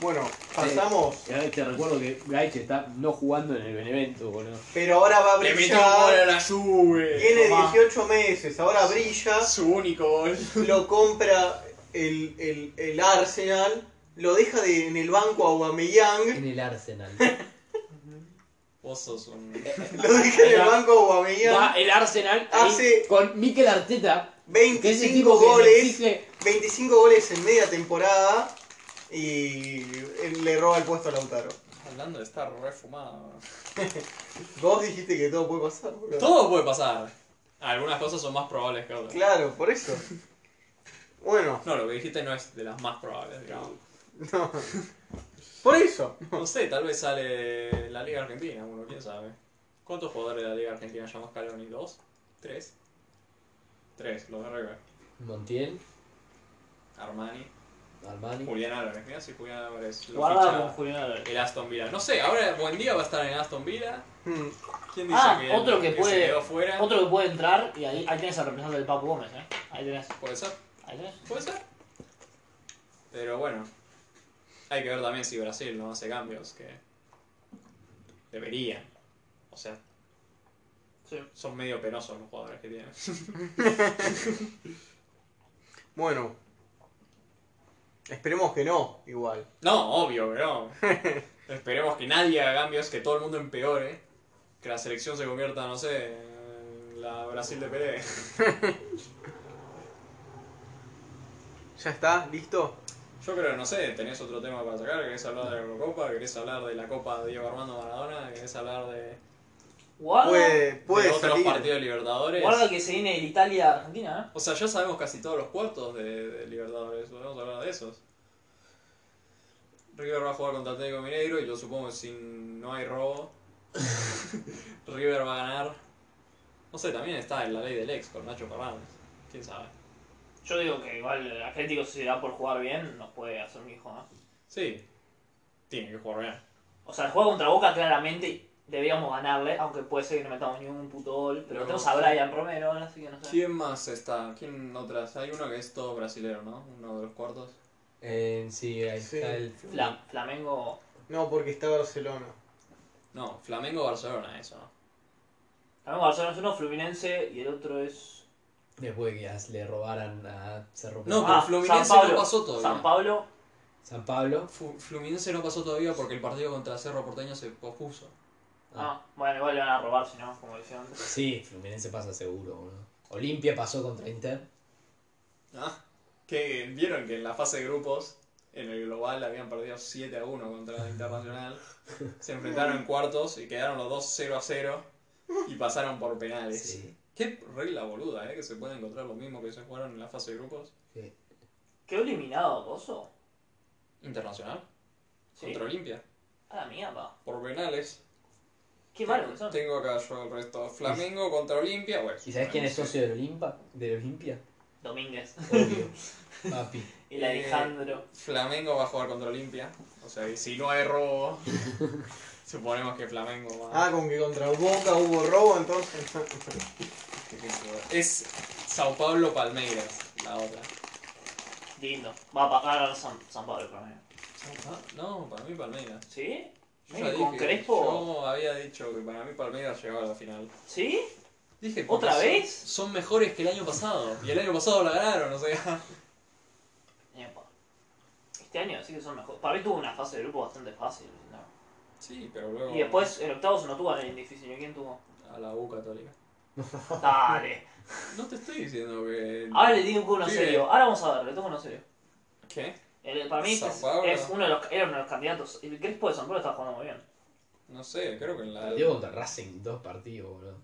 B: Bueno, pasamos.
C: Y ahora te recuerdo que Gaich está no jugando en el Benevento, boludo.
B: Pero ahora va a
D: Le metió un gol a
B: brillar.
D: la Juve.
B: Tiene
E: Tomá.
B: 18 meses, ahora brilla.
D: Su único gol.
B: Lo compra el, el, el Arsenal. Lo deja de- en el banco a Aubameyang.
A: En el Arsenal.
D: Vos sos un...
B: Lo deja en el banco a Aubameyang.
C: Va el Arsenal ahí
B: Hace
C: con Mikel Arteta, que es el
B: 25
C: tipo que le
B: goles.
C: exige-
B: 25 goles en media temporada. Y le roba el puesto a Lautaro.
D: Hablando de estar refumado.
B: Vos dijiste que todo puede pasar, boludo.
D: Todo puede pasar. Algunas cosas son más probables que otras.
B: Claro, por eso. Bueno,
D: No, lo que dijiste no es de las más probables, digamos.
B: no. Por eso.
D: No sé, tal vez sale la Liga Argentina, uno, quién sabe. ¿Cuántos jugadores de la Liga Argentina llama Scaloni? ¿Dos? ¿Tres? Tres, los de River.
A: Montiel,
D: Armani,
A: Armani.
D: Julián Álvarez. Mira si Julián Álvarez lo
H: Guardado con
D: ficha
H: Julián Álvarez.
D: el Aston Villa. No sé, ahora buen día va a estar en Aston Villa.
B: Mm,
D: ¿Quién dice
H: Ah,
D: que,
H: otro que puede-
D: se quedó fuera?
H: Otro que puede entrar, y ahí, ahí tenés al representante del Papu Gómez, ¿eh? Ahí tenés,
D: Puede ser.
H: ahí tenés.
D: Puede ser. Pero bueno, hay que ver también si Brasil no hace cambios que deberían. O sea,
E: Sí.
D: son medio penosos los jugadores que tienen.
B: Bueno. Esperemos que no, igual.
D: No, obvio que no. Esperemos que nadie haga cambios, que todo el mundo empeore. Que la selección se convierta, no sé, en la Brasil de Pelé.
B: ¿Ya está? ¿Listo?
D: Yo creo, no sé, tenés otro tema para sacar. ¿Querés hablar de la Eurocopa? ¿Querés hablar de la Copa Diego Armando Maradona? ¿Querés hablar de,
E: Guarda,
B: Puede,
D: Ah, de
B: puede
D: otros
B: salir.
D: partidos de Libertadores?
E: guarda que se viene el Italia-Argentina,
H: ¿eh?
D: O sea, ya sabemos casi todos los cuartos de, de Libertadores, podemos hablar de esos. River va a jugar contra Atlético Mineiro y yo supongo que si no hay robo, River va a ganar. No sé, también está en la ley del ex con Nacho Fernández. ¿Quién sabe?
E: ¿eh? Yo digo que igual el Atlético, si se da por jugar bien, nos puede hacer un hijo, ¿no?
D: Sí, tiene que jugar bien.
E: O sea, el juego contra Boca claramente deberíamos ganarle, aunque puede ser que no metamos ni un puto gol. Pero
D: No.
E: tenemos a Brian Romero, así que no sé.
D: ¿Quién más está? ¿Quién otras? Hay uno que es todo brasilero, ¿no? Uno de los cuartos.
A: Eh, sí, ahí
B: Sí.
A: está el.
E: Fla- Flamengo.
B: No, porque está Barcelona.
D: No, Flamengo-Barcelona, eso.
E: Flamengo Barcelona es uno, Fluminense y el otro es.
A: Después que as- le robaran a Cerro
D: No,
A: Porteño.
D: pero Fluminense
E: ah, San Pablo.
D: no pasó todavía.
E: San Pablo.
A: San Pablo.
D: Fu- Fluminense no pasó todavía porque el partido contra Cerro Porteño se pospuso.
A: Ah.
E: Ah, bueno, igual le van a robar si no, como decía antes.
A: Sí, Fluminense pasa seguro, boludo. Olimpia pasó contra Inter.
D: Ah, que vieron que en la fase de grupos, en el global, habían perdido 7 a 1 contra el Internacional. Se enfrentaron en cuartos y quedaron los dos 0 a 0 y pasaron por penales.
A: Sí.
D: Qué regla boluda, ¿eh? Que se puede encontrar lo mismo que se jugaron en la fase de grupos.
E: Quedó eliminado, Coso.
D: Internacional
E: Sí.
D: contra Olimpia,
E: A la mierda.
D: por penales.
E: Qué malo que son.
D: Tengo acá yo el resto. Flamengo contra Olimpia, bueno.
A: Ah, ¿Y sabes quién es socio del Olimpia? ¿Del Olimpia?
E: Domínguez.
A: Obvio. Papi.
D: Eh,
I: El Alejandro.
D: Flamengo va a jugar contra Olimpia. O sea, y si no hay robo, suponemos que Flamengo va.
B: Ah, con que contra Boca hubo robo, entonces.
D: Es Sao Paulo Palmeiras, la otra.
E: Lindo. Va a pagar San, San Pablo para mí.
D: No, para mí Palmeiras.
E: ¿Sí?
D: Yo
E: ¿Ven
D: ya
E: con
D: dije,
E: Crespo?
D: Yo había dicho que para mí Palmeiras llegaba a la final.
E: ¿Sí?
D: Dije, porque
E: ¿Otra
D: son-
E: vez?
D: Son mejores que el año pasado. Y el año pasado la ganaron, o sea.
E: Epa. Este año sí que son mejores. Para mí tuvo una fase de grupo bastante fácil. ¿no?
D: Sí, pero luego.
E: Y después en octavos no tuvo a nadie difícil. ¿Y quién tuvo?
D: A la U Católica.
E: Dale.
D: No te estoy diciendo que.
E: Ahora le digo uno
D: Sí.
E: serio. Ahora vamos a ver, le tomo uno serio.
D: ¿Qué?
E: El- para mí este
D: San
E: es,
D: Pablo.
E: es uno de los, era uno de los candidatos. El Crespo de San Pablo está jugando muy bien.
D: No sé, creo que en la.
A: Perdió contra Racing dos partidos, boludo.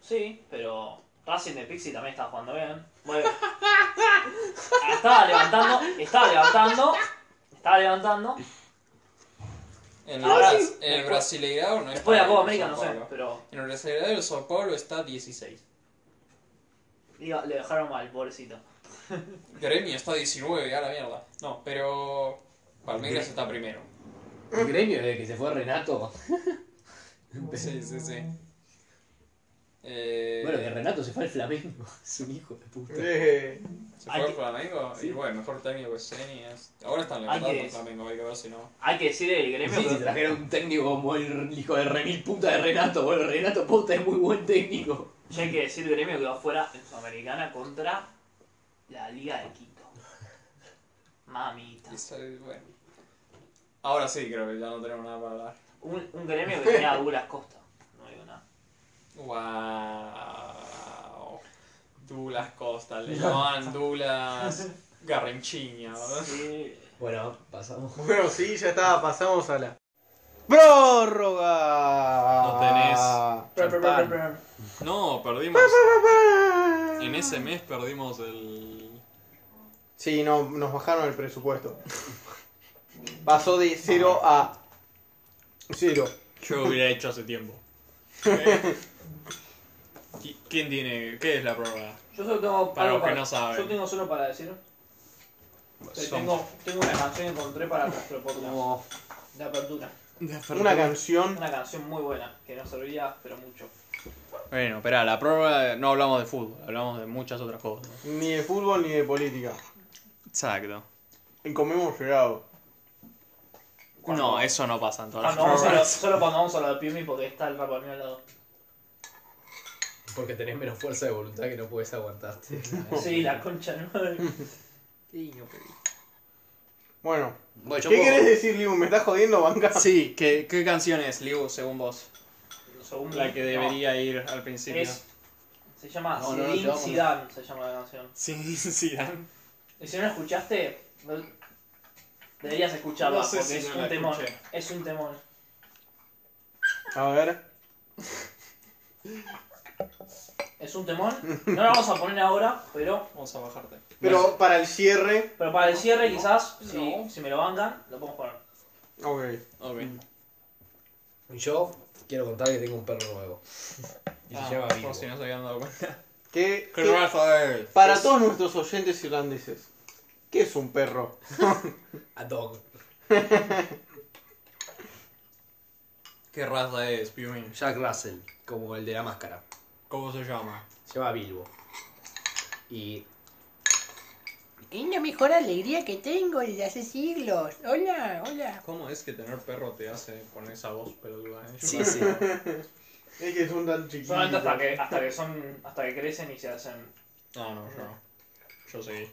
E: Sí, pero Racing de Pixie también estaba jugando bien. Bueno, estaba levantando, estaba levantando, estaba levantando.
D: En,
E: Ahora
D: el,
E: Ah, sí.
D: en el Brasileirao no es.
E: Después de la Copa
D: para
E: América,
D: el
E: no
D: Sao
E: sé,
D: Paulo.
E: pero
D: En el Brasileirao del Sao Paulo está 16.
E: diga, le dejaron mal, pobrecito.
D: Gremio está 19, a la mierda. No, pero. Palmeiras está primero.
A: El gremio desde que se fue Renato.
D: Sí, sí, sí. Eh,
A: Bueno, que Renato se fue al Flamengo. Es un hijo de puta.
B: Eh,
D: ¿Se fue
E: hay
D: al
E: que-
D: Flamengo? Y bueno, mejor técnico que Ceni es- Ahora están
E: Hay que
D: levantando el
E: decir-
D: Flamengo, hay que ver si no.
E: Hay que decir el gremio.
A: Sí, si
E: pero-
A: trajeron un técnico como el hijo de Remil puta de Renato, bueno, Renato Puta es muy buen técnico.
E: ya hay que decir gremio que va fuera en Sudamericana contra la Liga de Quito. Mamita.
D: Y sale- bueno. Ahora sí, creo que ya no tenemos nada para hablar.
E: Un, un gremio que tenía a Douglas Costa. No digo nada.
D: Wow. Douglas Costa, le llamaban Douglas Garrinchiña. ¿verdad?
E: Sí.
A: Bueno, pasamos.
B: bueno, sí, ya está, pasamos a la. ¡Prórroga!
D: No tenés. No, perdimos. En ese mes perdimos el.
B: Sí, no, nos bajaron el presupuesto. Pasó de 0
D: Ah.
B: a 0.
D: Yo lo hubiera hecho hace tiempo. ¿Qui- ¿Quién tiene.? ¿Qué es la prórroga?
I: Yo solo tengo
D: Para
I: algo
D: los que no saben.
I: Yo tengo solo para decir. que
D: Son-
I: tengo, tengo una canción que encontré para nuestro podcast de apertura.
B: Una canción.
I: Una canción muy buena que nos servía, pero mucho.
D: Bueno, espera, la prórroga no hablamos de fútbol, hablamos de muchas otras cosas.
B: Ni de fútbol ni de política.
D: Exacto.
B: Y comemos llegado.
D: No, eso Ah, no pasa en todas las
I: Cuando vamos a lo-
D: prórrogas.
I: solo cuando vamos a lo de Piumi porque está el Paco al mío al lado.
A: Porque tenés menos fuerza de voluntad que no puedes aguantarte.
D: Oh.
I: Sí, la concha no.
B: Bueno,
D: Bueno,
B: ¿qué
D: yo
B: querés
D: puedo-
B: decir, Liu? ¿Me estás jodiendo, banca?
D: Sí, ¿qué, qué canción es, Liu, según vos?
I: Según
D: La que
I: no,
D: debería ir al principio.
I: es- se llama
A: No, no, no,
I: Zidane,
A: te vamos.
I: Zidane, se llama la canción.
D: Sí, sí, Dan.
I: Y si no la escuchaste, no- deberías escucharla
D: No sé
I: porque
D: si
I: es,
D: no
I: un
D: la
I: temón,
D: escuché.
I: es un temón.
B: A ver.
I: Es un temón. No la vamos a poner ahora, pero,
D: Vamos a bajarte.
B: Pero para el cierre.
I: pero para el cierre quizás,
D: No.
I: si, si me lo bancan, lo podemos poner.
B: Ok.
D: Ok.
A: Y yo quiero contar que tengo un perro nuevo. Y se
D: Ah,
A: llama Vivo.
D: Por si no se habían dado cuenta.
B: ¿Qué,
D: ¿Qué
B: qué-
D: raza es?
B: para todos nuestros oyentes irlandeses, ¿qué es un perro?
A: A dog.
D: ¿Qué raza es, Piumín?
A: Jack Russell, como el de la máscara.
D: ¿Cómo se llama?
A: Se llama Bilbo. Y
J: Es la mejor alegría que tengo desde hace siglos. Hola, hola.
D: ¿Cómo es que tener perro te hace poner esa voz peluda? Eh?
A: sí, sí.
B: Es que son tan chiquitos.
I: Solamente hasta que, hasta que son, hasta que crecen y se hacen.
D: No, no, yo no. Yo seguí.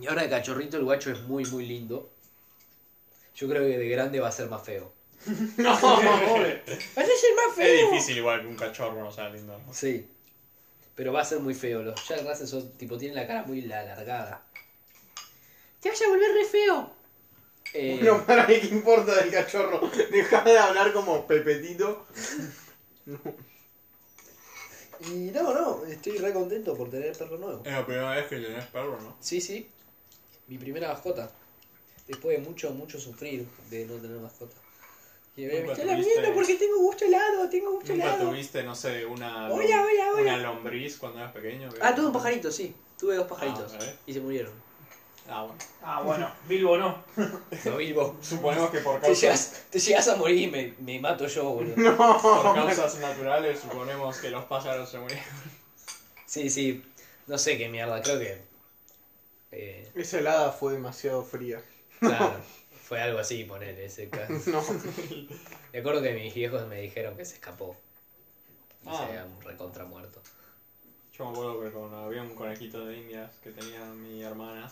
A: Y ahora de cachorrito el guacho es muy, muy lindo. Yo creo que de grande va a ser más feo.
J: Vas a ser más
D: Es
J: feo.
D: difícil igual que un cachorro no sea lindo.
A: Sí. Pero va a ser muy feo. Los Jack Russell son, tipo, tienen la cara muy alargada.
J: Te vas a volver re feo.
A: Eh,
B: Pero para mí, ¿qué importa del cachorro? Dejá de hablar como Pepetito.
A: Y no, no, estoy re contento por tener perro nuevo.
D: Es la primera vez que tenés perro, ¿no?
A: Sí, sí. Mi primera mascota. eh, Después de mucho, mucho sufrir de no tener mascota.
K: Y me
D: Nunca
K: estoy lamiendo
D: tuviste-
K: porque tengo gusto helado, tengo gusto
D: ¿Nunca
K: helado.
D: tuviste, no sé, una, lom-
K: Hola, hola,
D: una
K: hola.
D: lombriz cuando eras pequeño?
A: Ah, tuve un pajarito, sí. Tuve dos pajaritos.
D: Ah, ¿eh?
A: y se murieron.
D: Ah, bueno.
L: Ah, bueno, Bilbo no.
A: No vivo.
D: Suponemos que por
A: Te
D: causas,
A: llegas, te llegas a morir y me, me mato yo, boludo.
D: por causas naturales suponemos que los pájaros se murieron.
A: Sí, sí. No sé qué mierda, creo que. eh,
B: Esa helada fue demasiado fría.
A: claro. Fue algo así, poner ese caso.
B: No.
A: Me acuerdo que mis viejos me dijeron que se escapó. Y
D: Ah.
A: se habían recontra muerto.
D: Yo me acuerdo que cuando había un conejito de indias que tenía mi hermana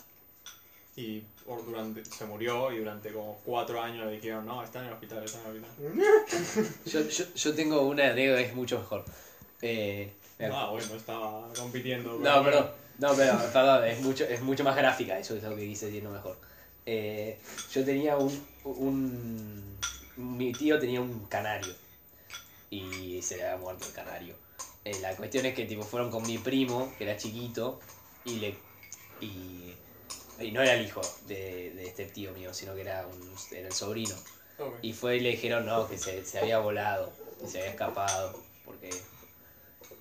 D: y por- durante, se murió y durante como cuatro años le dijeron, no, está en el hospital, está en el hospital.
A: Yo, yo, yo tengo una anécdota que es mucho mejor. Eh, me
D: Ah, bueno, estaba compitiendo.
A: No,
D: bueno.
A: pero, no, pero, perdón, es mucho, es mucho más gráfica, eso es lo que quise decir, no mejor. Eh, yo tenía un, un- Mi tío tenía un canario. Y se le había muerto el canario. Eh, la cuestión es que tipo, fueron con mi primo, que era chiquito, y le. Y, y no era el hijo de, de este tío mío, sino que era, un, era el sobrino.
D: Ok.
A: Y fue y le dijeron no, que se, se había volado, que se había escapado, porque...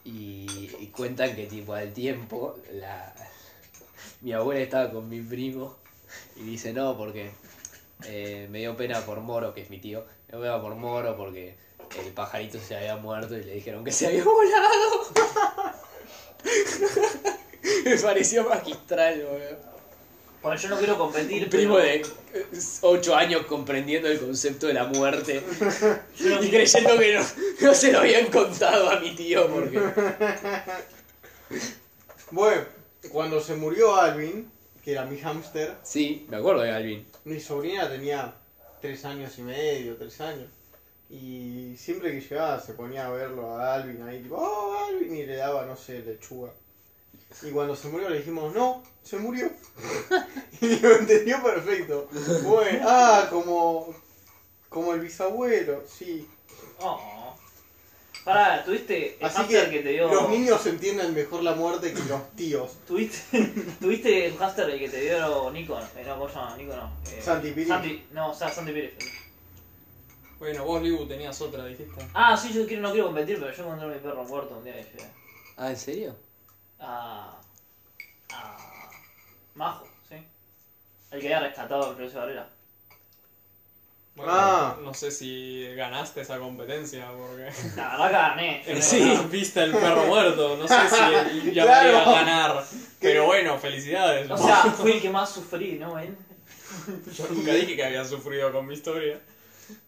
A: Y, y cuentan que tipo al tiempo la... mi abuela estaba con mi primo y dice no, porque eh, me dio pena por Moro, que es mi tío, me dio pena por Moro porque el pajarito se había muerto y le dijeron que se había volado. me pareció magistral, boludo.
E: Bueno, yo no quiero competir,
A: Un primo
E: pero
A: de 8 años comprendiendo el concepto de la muerte
E: yo no quiero-
A: y creyendo que no, no se lo habían contado a mi tío porque...
B: Bueno, cuando se murió Alvin, que era mi hámster,
A: Sí, me acuerdo de Alvin.
B: mi sobrina tenía tres años y medio, tres años. Y siempre que llegaba se ponía a verlo a Alvin ahí, tipo, oh, Alvin, y le daba, no sé, lechuga. Y cuando se murió le dijimos, no, se murió. y lo entendió perfecto. Bueno, ah, como, como el bisabuelo, sí.
L: Oh.
E: Pará, ¿tuviste el
B: Así
E: hamster
B: que,
E: que, te dio.
B: los niños entienden mejor la muerte que los tíos.
E: ¿Tuviste, ¿Tuviste el hamster el que te dio Nico? Eh, no, ¿cómo se llama? Nico no. Eh,
B: Santi Piri.
E: Santi, no, Sa- Santi Piri.
D: Bueno, vos, Libu, tenías otra, dijiste.
E: Ah, sí, yo quiero, no quiero competir, pero yo encontré a mi perro muerto un día que llegué.
A: Ah, ¿en serio?
E: Ah. Ah. Majo, sí. El que había rescatado el precio Barrera.
D: Bueno,
B: Ah.
D: no sé si ganaste esa competencia porque
E: La verdad que gané. yo no
D: sí. viste el perro muerto, no sé si ya
B: Claro.
D: podía ganar, pero bueno, felicidades.
E: O sea, fui el que más sufrí, ¿no, ven?
D: Yo nunca dije que había sufrido con mi historia.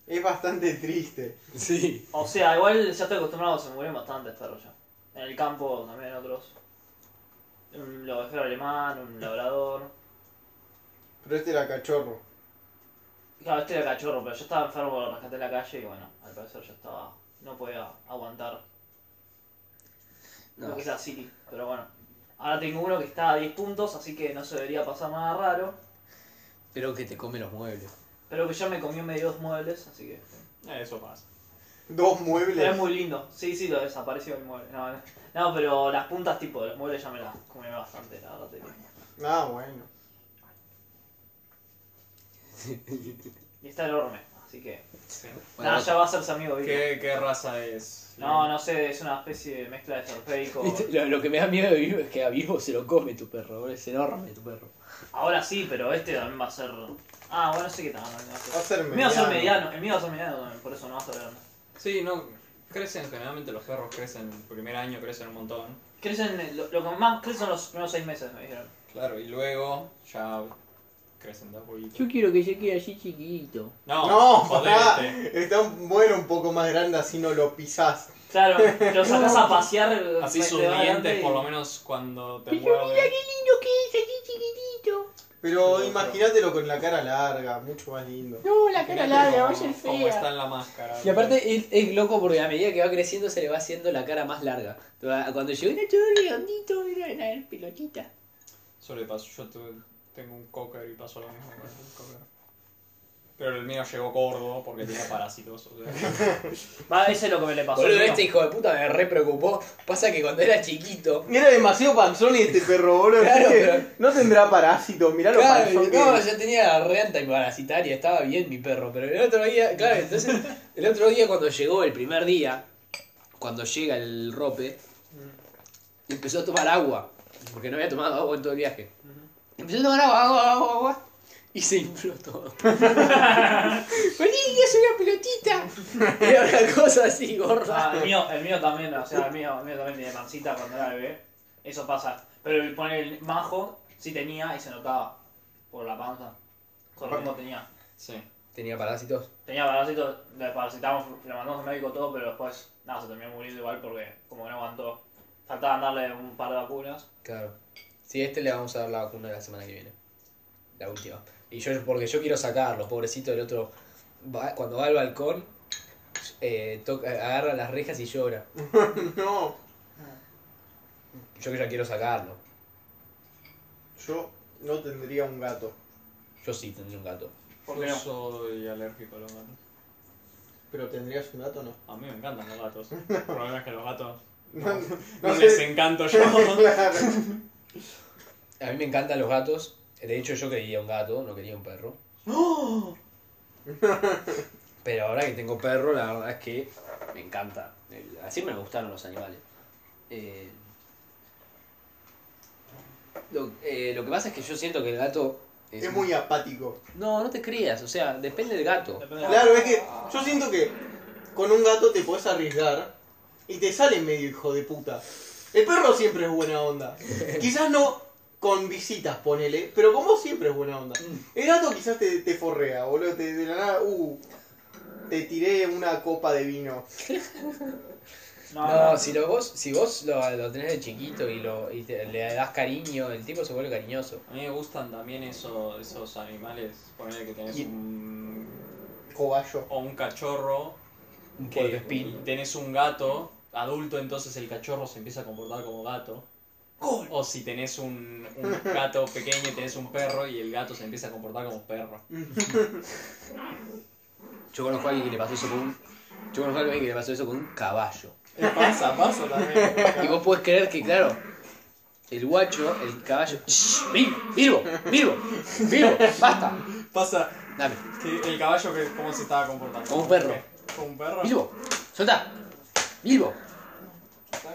B: Es bastante triste.
A: Sí.
E: O sea, igual ya estoy acostumbrado, se murieron bastantes perros ya. En el campo también otros. Un ovejero alemán, un labrador.
B: Pero este era cachorro.
E: Claro, este era cachorro, pero yo estaba enfermo, lo rescaté en la calle y bueno, al parecer yo estaba. no podía aguantar
A: No.
E: lo que sea City, pero bueno. Ahora tengo uno que está a 10 puntos, así que no se debería pasar nada raro.
A: Pero que te come los muebles.
E: Pero que ya me comió medio dos muebles, así que.
D: Eh, Eso pasa.
B: Dos
E: Pero es
B: muebles.
E: muy lindo. Sí, sí, lo desapareció el mueble. No, no. No, pero las puntas tipo de los muebles ya me las comí bastante, la verdad. te digo.
B: Ah, bueno.
E: Y está enorme, así que.
A: Bueno,
E: Nada, ya va a hacerse amigo, ¿viste?
D: ¿Qué, qué raza es?
E: No, no sé, es una especie de mezcla de sorfeico.
A: Viste, Lo, lo que me da miedo de vivo es que a vivo se lo come tu perro, boludo, es enorme tu perro.
E: Ahora sí, pero este también va a ser. Ah, bueno, no sé qué tamaño va a
B: Va a
E: ser.
B: ser
E: El mío va a ser
B: mediano.
E: mediano, el mío va a ser mediano también, por eso no va a ser grande.
D: Sí, no. Crecen, generalmente los perros crecen, el primer año crecen un montón.
E: Crecen, eh, lo, lo que más crecen son los primeros seis meses, me dijeron.
D: Claro, y luego ya crecen de a poquito.
K: Yo quiero que se quede así chiquito.
D: No,
B: No, está,
D: jodete.
B: está un bueno un poco más grande así no lo pisás.
E: Claro, lo sacas a pasear.
D: Así
E: me-
D: sus
E: te va adelante
D: dientes,
E: y-
D: por lo menos cuando te
K: Pero mira
D: muerden.
K: qué lindo que es así chiquitito.
B: Pero imagínatelo con la cara larga, mucho más lindo.
K: No, la cara larga, va a ser
D: Como- Como está
K: fea.
D: en la máscara.
A: Y aparte es, es loco porque a medida que va creciendo se le va haciendo la cara más larga. Cuando llegó
K: Era todo redondito, era una pelotita.
D: Eso le pasó. Yo tuve- tengo un cocker y pasó lo mismo con el cocker. Pero el mío llegó gordo porque tenía parásitos. o sea.
M: Va, ese es lo que me le pasó.
A: Boludo,
M: ¿no?
E: Ah,
A: este hijo de puta me re preocupó. Pasa que cuando era chiquito.
B: Era demasiado panzón y este perro, boludo.
A: Claro,
B: así que
A: pero-
B: No tendrá parásitos, mirá lo
A: Claro,
B: panzón que
A: no,
B: es.
A: yo tenía la re antiparasitaria, estaba bien mi perro, pero el otro día, claro, entonces, el otro día cuando llegó, el primer día, cuando llega el rope, empezó a tomar agua, porque no había tomado agua en todo el viaje. Empezó a tomar agua, agua, agua, agua, y se infló todo. ¡Vení, es una pelotita! Era una cosa así, gorda.
E: Ah, el mío, el mío también, o sea, el mío, el mío también tiene pancita cuando era bebé. Eso pasa. Pero el poner el majo sí tenía y se notaba por la panza. Correcto tenía.
A: Tenía parásitos.
E: Tenía parásito, le parasitamos, le mandamos al médico todo, pero después nada, se terminó muriendo igual porque como que no aguantó. Faltaban darle un par de vacunas.
A: Claro. Sí, a este le vamos a dar la vacuna la semana que viene. La última. Y yo, porque yo quiero sacarlo, pobrecito el otro. va- cuando va al balcón, eh, toca, agarra las rejas y llora.
B: No,
A: Yo ya quiero sacarlo.
B: yo no tendría un gato.
A: Yo sí tendría un gato.
E: ¿Por qué no?
D: soy alérgico a los gatos.
B: ¿Pero tendrías un gato o no?
D: A mí me encantan los gatos. El problema es que los gatos
B: No, no,
D: no
B: sé.
D: les encanto yo.
B: Claro.
A: A mí me encantan los gatos. De hecho, yo quería un gato, no quería un perro. ¡Oh! Pero ahora que tengo perro, la verdad es que me encanta. Eh, Así me gustaron los animales. Eh, lo, eh, lo que pasa es que yo siento que el gato... Es,
B: Es muy apático.
A: No, no te creas, o sea, depende del gato.
E: Depende de la-
B: Claro, es que yo siento que con un gato te podés arriesgar y te sale medio hijo de puta. El perro siempre es buena onda. Quizás no con visitas, ponele, pero con vos siempre es buena onda.
A: Mm.
B: El gato quizás te, te forrea, boludo, te, de la nada, uh, te tiré una copa de vino.
A: No, si lo, vos, si vos lo, lo tenés de chiquito y, lo, y te- le das cariño, el tipo se vuelve cariñoso.
D: A mí me gustan también esos, esos animales. Ponerle que tenés
B: Y-
D: un.
B: Cobayo.
D: o un cachorro.
A: Un
D: que
A: puercoespín.
D: y tenés un gato adulto, entonces el cachorro se empieza a comportar como gato. O si tenés un, un gato pequeño y tenés un perro y el gato se empieza a comportar como perro.
A: Yo conozco a alguien que le pasó eso con un... Yo conozco a alguien que le pasó eso con un caballo.
D: Eh, Pasa, pasa también.
A: Y vos podés creer que, claro, el guacho, el caballo. ¡Shh! ¡Vivo! ¡Vivo! ¡Vivo! ¡Vivo! ¡Basta!
D: Pasa
A: Dame.
D: que el caballo que, cómo se estaba comportando.
A: Como un perro.
D: Como un perro.
A: ¡Vivo! ¡Soltá! ¡Vivo!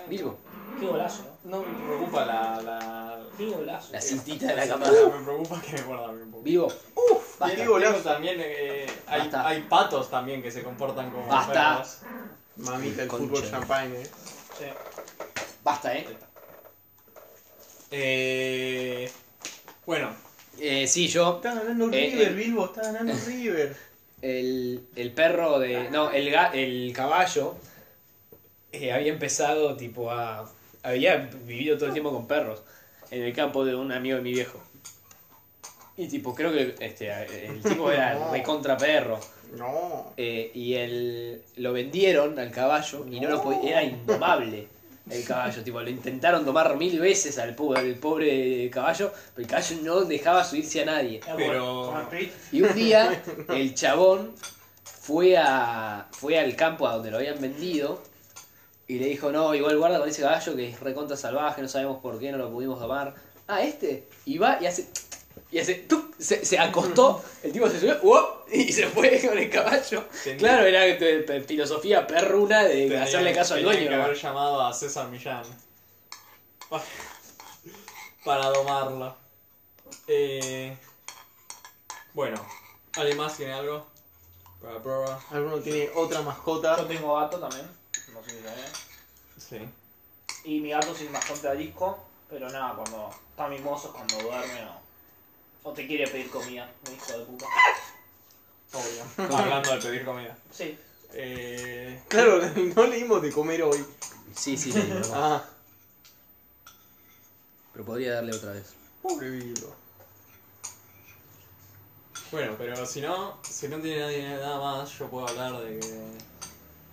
A: ¡Vivo!
M: Qué golazo,
E: ¿eh?
M: ¿no?
D: No me preocupa la. la...
M: Qué golazo.
A: La cintita de la
D: la-
A: cámara.
D: Me preocupa que me guarda un poco.
A: ¡Vivo!
D: Y
A: ¡Basta!
D: digo, luego también eh, hay,
A: Basta.
D: hay patos también que se comportan como
A: Basta.
D: perros.
B: Mamita, el
A: Concha.
B: fútbol champagne, eh.
A: ¡Basta, eh!
D: Eh, bueno,
A: Eh, sí, yo.
B: Está ganando
A: Eh,
B: River,
A: eh.
B: Bilbo, está ganando River.
A: El, el perro de. No, el, ga- el caballo eh, había empezado tipo a. Había vivido todo el tiempo con perros en el campo de un amigo de mi viejo. Y tipo, creo que este, el tipo era recontra perro.
B: No.
A: Eh, y el, lo vendieron al caballo y no lo podía, era indomable el caballo, tipo, lo intentaron tomar mil veces al po- al pobre caballo, pero el caballo no dejaba subirse a nadie.
D: pero
A: Y un día el chabón fue a fue al campo a donde lo habían vendido y le dijo, no, igual guarda con ese caballo que es recontra salvaje, no sabemos por qué, no lo pudimos tomar. Ah, este. Y va y hace... Y hace... tuc, Se, se acostó, el tipo se subió ¡uop! y se fue con el caballo.
D: Tenía-
A: Claro, era eh, pe- filosofía perruna de
D: tenía-
A: hacerle caso al
D: tenía
A: dueño.
D: que
A: ¿no?
D: haber llamado a César Millán pa- para domarla. Eh, bueno, ¿alguien más tiene algo? Para la prueba.
B: ¿Alguno tiene otra mascota?
E: Yo tengo gato también, no sé si sabía.
D: Sí.
E: Y mi gato es bastante arisco, pero nada, cuando está mimoso es cuando duerme o, o te quiere pedir comida, mi hijo de puta.
D: Obvio. Hablando de pedir comida.
E: Sí,
D: Eh,
B: Claro, no le dimos de comer hoy.
A: Sí, sí, le digo, no.
B: Ah,
A: pero podría darle otra vez.
B: pobre Bilbo.
D: Bueno, pero si no, si no tiene nadie nada más, yo puedo hablar de que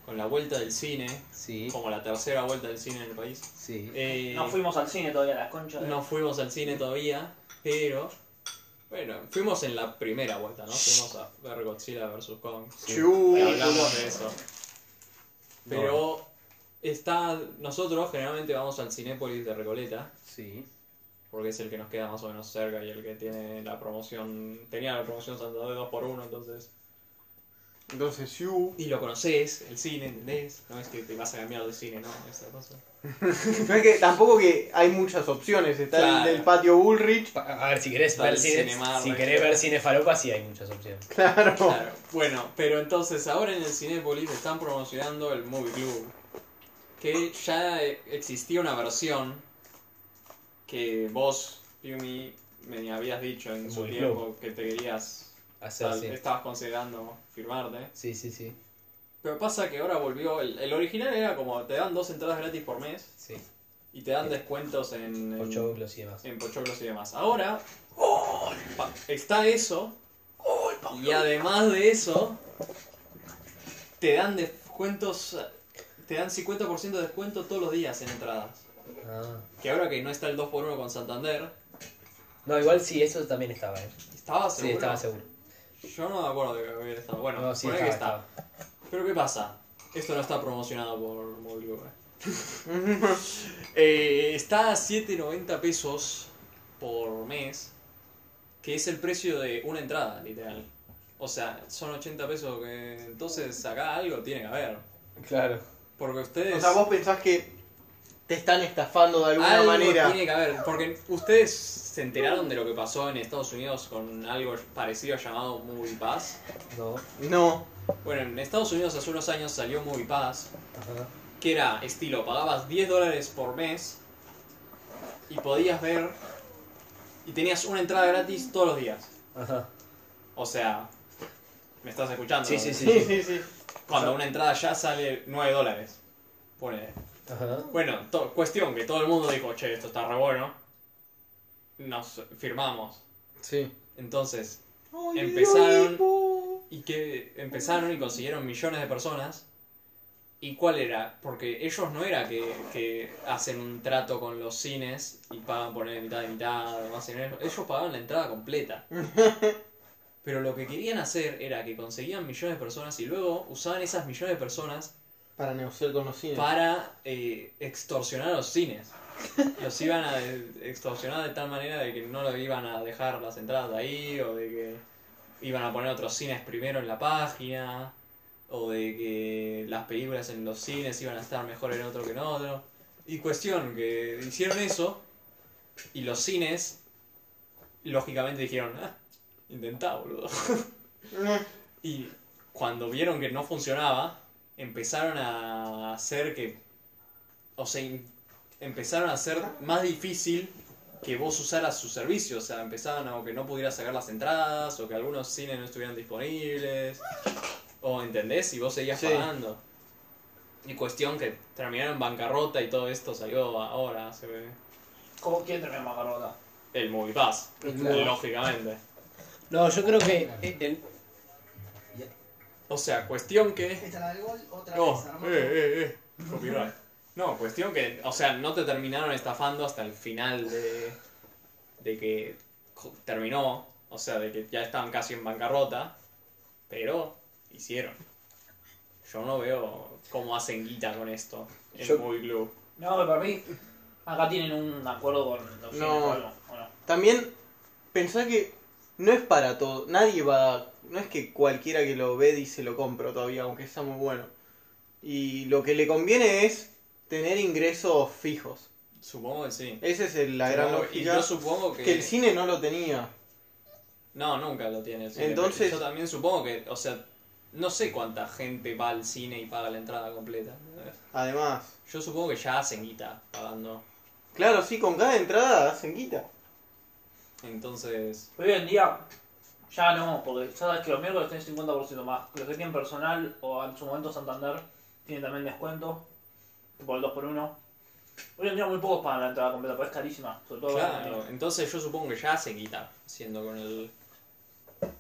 D: con la vuelta del cine,
A: Sí,
D: como la tercera vuelta del cine en el país.
A: sí.
D: eh,
E: no fuimos al cine todavía, las conchas. de-
D: no fuimos al cine todavía, pero Bueno, fuimos en la primera vuelta, ¿no? Fuimos a ver Godzilla vs. Kong.
B: Chu.
D: Y hablamos de eso. Pero está. Nosotros generalmente vamos al Cinépolis de Recoleta,
C: Sí.
D: porque es el que nos queda más o menos cerca y el que tiene la promoción. Tenía la promoción Santander 2x1, entonces.
B: Entonces, Chu.
D: Y lo conoces, el cine, ¿entendés? No es que te vas a cambiar de cine, ¿no? Esa cosa.
B: No es que tampoco que hay muchas opciones. Está
D: Claro.
B: el del patio Bullrich.
A: A ver, si querés
D: Está
A: ver
D: el
A: cine,
D: Cinemark,
A: si
D: eh.
A: querés ver cine falopa, sí hay muchas opciones.
B: Claro.
D: Claro. Bueno, pero entonces ahora en el Cinépolis están promocionando el Movie Club. Que ya eh, existía una versión que vos, Yumi, me habías dicho en su
A: Movie
D: tiempo que te querías.
A: Hacer
D: tal-
A: cine.
D: Estabas considerando firmarte.
A: Sí, sí, sí.
D: Pero pasa que ahora volvió. El, el original era como te dan dos entradas gratis por mes
A: sí.
D: y te dan
A: Sí.
D: descuentos en. en-
A: Pochoclos y demás.
D: en pochoclos y demás. Ahora pa- está eso. y además de eso, te dan descuentos, te dan 50% de descuento todos los días en entradas.
A: Ah.
D: Que ahora que no está el 2x1 con Santander,
A: No, igual sí, eso también estaba, ¿eh?
D: estaba
A: Sí,
D: seguro.
A: estaba seguro.
D: Yo no me acuerdo de que hubiera estado. Bueno,
A: No, sí,
D: poné
A: estaba,
D: que está. Pero ¿qué pasa? Esto no está promocionado por Móvil Eh, está a 7.90 pesos por mes, que es el precio de una entrada, literal. O sea, son 80 pesos que entonces acá algo tiene que haber.
A: Claro.
D: Porque ustedes...
B: O sea, vos pensás que te están estafando de alguna
D: algo
B: manera.
D: tiene que haber, porque ustedes se enteraron de lo que pasó en Estados Unidos con algo parecido llamado Movie Pass.
A: No.
B: No.
D: Bueno, en Estados Unidos hace unos años salió Movie Pass,
A: Ajá.
D: que era estilo, pagabas 10 dólares por mes y podías ver y tenías una entrada gratis todos los días.
A: Ajá.
D: O sea, ¿me estás escuchando?
A: Sí, sí, sí.
B: Sí, sí, sí.
D: Cuando una entrada ya sale 9 dólares. Ponele.
A: Ajá.
D: Bueno, to- cuestión que todo el mundo dijo, che, esto está re bueno. Nos firmamos.
B: Sí.
D: Entonces, empezaron y que empezaron y consiguieron millones de personas. ¿Y cuál era? Porque ellos no era que, que hacen un trato con los cines y pagan por mitad de mitad, más dinero. Ellos pagaban la entrada completa. Pero lo que querían hacer era que conseguían millones de personas y luego usaban esas millones de personas
B: Para negociar con los cines.
D: para eh, extorsionar a los cines. Los iban a de- extorsionar de tal manera de que no lo iban a dejar las entradas ahí, o de que iban a poner otros cines primero en la página, o de que las películas en los cines iban a estar mejor en otro que en otro. Y cuestión, que hicieron eso, y los cines, lógicamente dijeron, ah, intentá, boludo. Y cuando vieron que no funcionaba, empezaron a hacer que. O sea, in- empezaron a hacer más difícil que vos usaras sus servicios. O sea, empezaban a o que no pudieras sacar las entradas, o que algunos cines no estuvieran disponibles. O, ¿entendés? Y vos seguías
B: Sí.
D: pagando. Y cuestión que terminaron en bancarrota y todo esto salió ahora, se ve.
N: ¿Cómo quién termina más carota?
D: El Movipass,
A: Claro.
D: lógicamente.
A: No, yo creo que. eh, el-
D: O sea, cuestión que. No, eh, eh, eh. Copyright. No, cuestión que, o sea, no te terminaron estafando hasta el final de, de que co- terminó, o sea, de que ya estaban casi en bancarrota, pero hicieron. Yo no veo cómo hacen guita con esto en
A: Yo-
D: Movie Club.
N: No, pero para mí, acá tienen un acuerdo con los cines
B: No.
N: o algo, ¿o no?
B: También pensá que no es para todo. Nadie va. No es que cualquiera que lo ve dice lo compro todavía, aunque está muy bueno. Y lo que le conviene es tener ingresos fijos.
D: Supongo que sí.
B: Esa es el- la gran
D: Supongo- y
B: lógica.
D: yo supongo que...
B: Que el cine no lo tenía.
D: No, nunca lo tiene el cine.
B: Entonces-
D: Yo también supongo que, o sea, no sé cuánta gente va al cine y paga la entrada completa.
B: Además.
D: Yo supongo que ya hacen guita pagando.
B: Claro, sí, con cada entrada hacen quita.
D: Entonces,
N: Hoy en día, ya no, porque ya sabes que los miércoles tienen 50% más. Los que tienen personal o en su momento Santander tienen también descuento, tipo el 2x1. Hoy en día muy pocos pagan la entrada completa, pero es carísima, sobre todo en
D: claro,
N: Argentina.
D: entonces yo supongo que ya hacen guita, siendo con el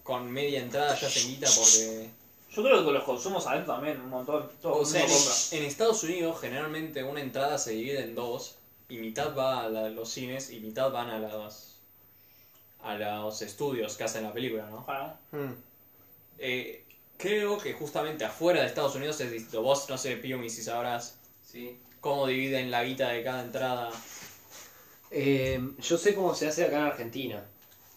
D: con media entrada ya hacen guita porque
N: Yo creo que con los consumos adentro también, un montón, todo
E: Oh,
D: o
N: el
D: sea,
N: mundo
D: en,
N: compra.
D: en Estados Unidos generalmente una entrada se divide en dos y mitad va a la- los cines y mitad van a las a los estudios que hacen la película, ¿no?
E: Ojalá.
B: Mm.
D: Eh, creo que justamente afuera de Estados Unidos es distinto. Vos, no sé, Piumi, si sabrás
A: Sí.
D: cómo dividen la guita de cada entrada.
A: Eh, yo sé cómo se hace acá en Argentina.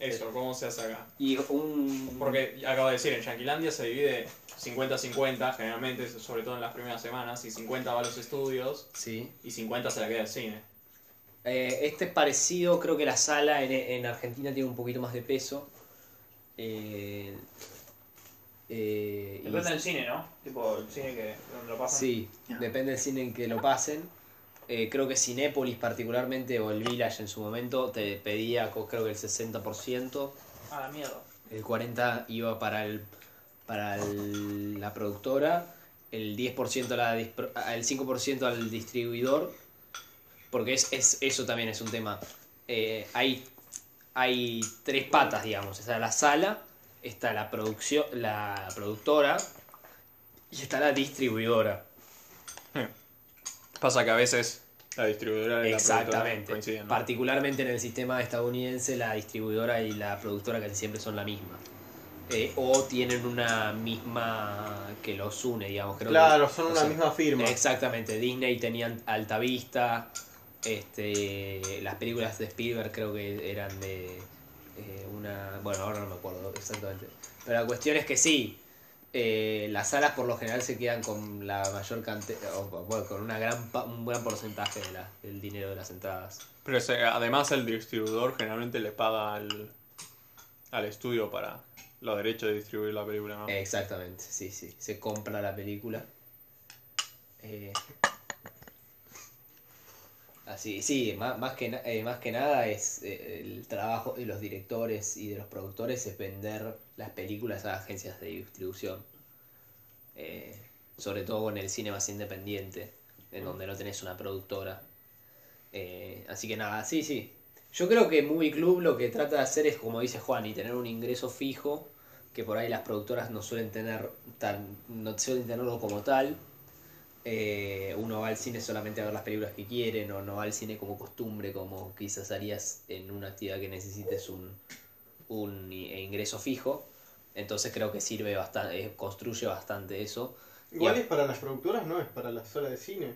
D: Eso, cómo se hace acá.
A: Y un.
D: Porque acabo de decir, en Yanquilandia se divide 50-50, generalmente, sobre todo en las primeras semanas, y 50 va a los estudios
A: Sí.
D: y 50 se la queda el cine.
A: Eh, este es parecido, creo que la sala en, en Argentina tiene un poquito más de peso. Eh, eh, y-
E: Depende del cine, ¿no? Tipo, el cine que donde lo pasan.
A: sí, depende del cine en que lo pasen. Eh, creo que Cinépolis particularmente o el Village en su momento te pedía co- creo que el 60%,
E: A
N: Ah,
E: la mierda.
A: el 40% iba para, el, para el- la productora, el 10% a la, dispro- el 5% al distribuidor porque es, es- eso también es un tema. Eh, hay, hay tres patas, digamos. Está la sala, está la producción, la productora y está la distribuidora.
D: Pasa que a veces la distribuidora
A: Exactamente. Particularmente en el sistema estadounidense, la distribuidora y la productora casi siempre son la misma. Eh, o tienen una misma que los une, digamos. Creo que-
B: Claro, son una
A: o sea,
B: misma firma.
A: Exactamente, Disney tenían Alta Vista, este, las películas de Spielberg creo que eran de eh, una... Bueno, ahora no me acuerdo exactamente. Pero la cuestión es que sí, eh, las salas por lo general se quedan con la mayor cantidad, bueno, con una gran, pa- un gran porcentaje de la- del dinero de las entradas.
O: Pero se- además el distribuidor generalmente le paga al, al estudio para los derechos de distribuir la película,
D: Eh,
O: ¿no?
A: Exactamente, sí, sí, se compra la película. Eh, Así, sí, ma- más, que, na- eh, más que nada es eh, el trabajo de los directores y de los productores es vender las películas a agencias de distribución. Eh, sobre todo en el cine más independiente, en donde no tenés una productora. Eh, así que nada, sí, sí. Yo creo que Movie Club lo que trata de hacer es, como dice Juan, y tener un ingreso fijo que por ahí las productoras no suelen tener tan, no suelen tenerlo como tal. Eh, uno va al cine solamente a ver las películas que quiere, no, no va al cine como costumbre, como quizás harías en una actividad que necesites un, un i- ingreso fijo. Entonces creo que sirve bastante, eh, construye bastante eso.
B: Igual
A: Ya.
B: es para las productoras, no es para la sala de cine.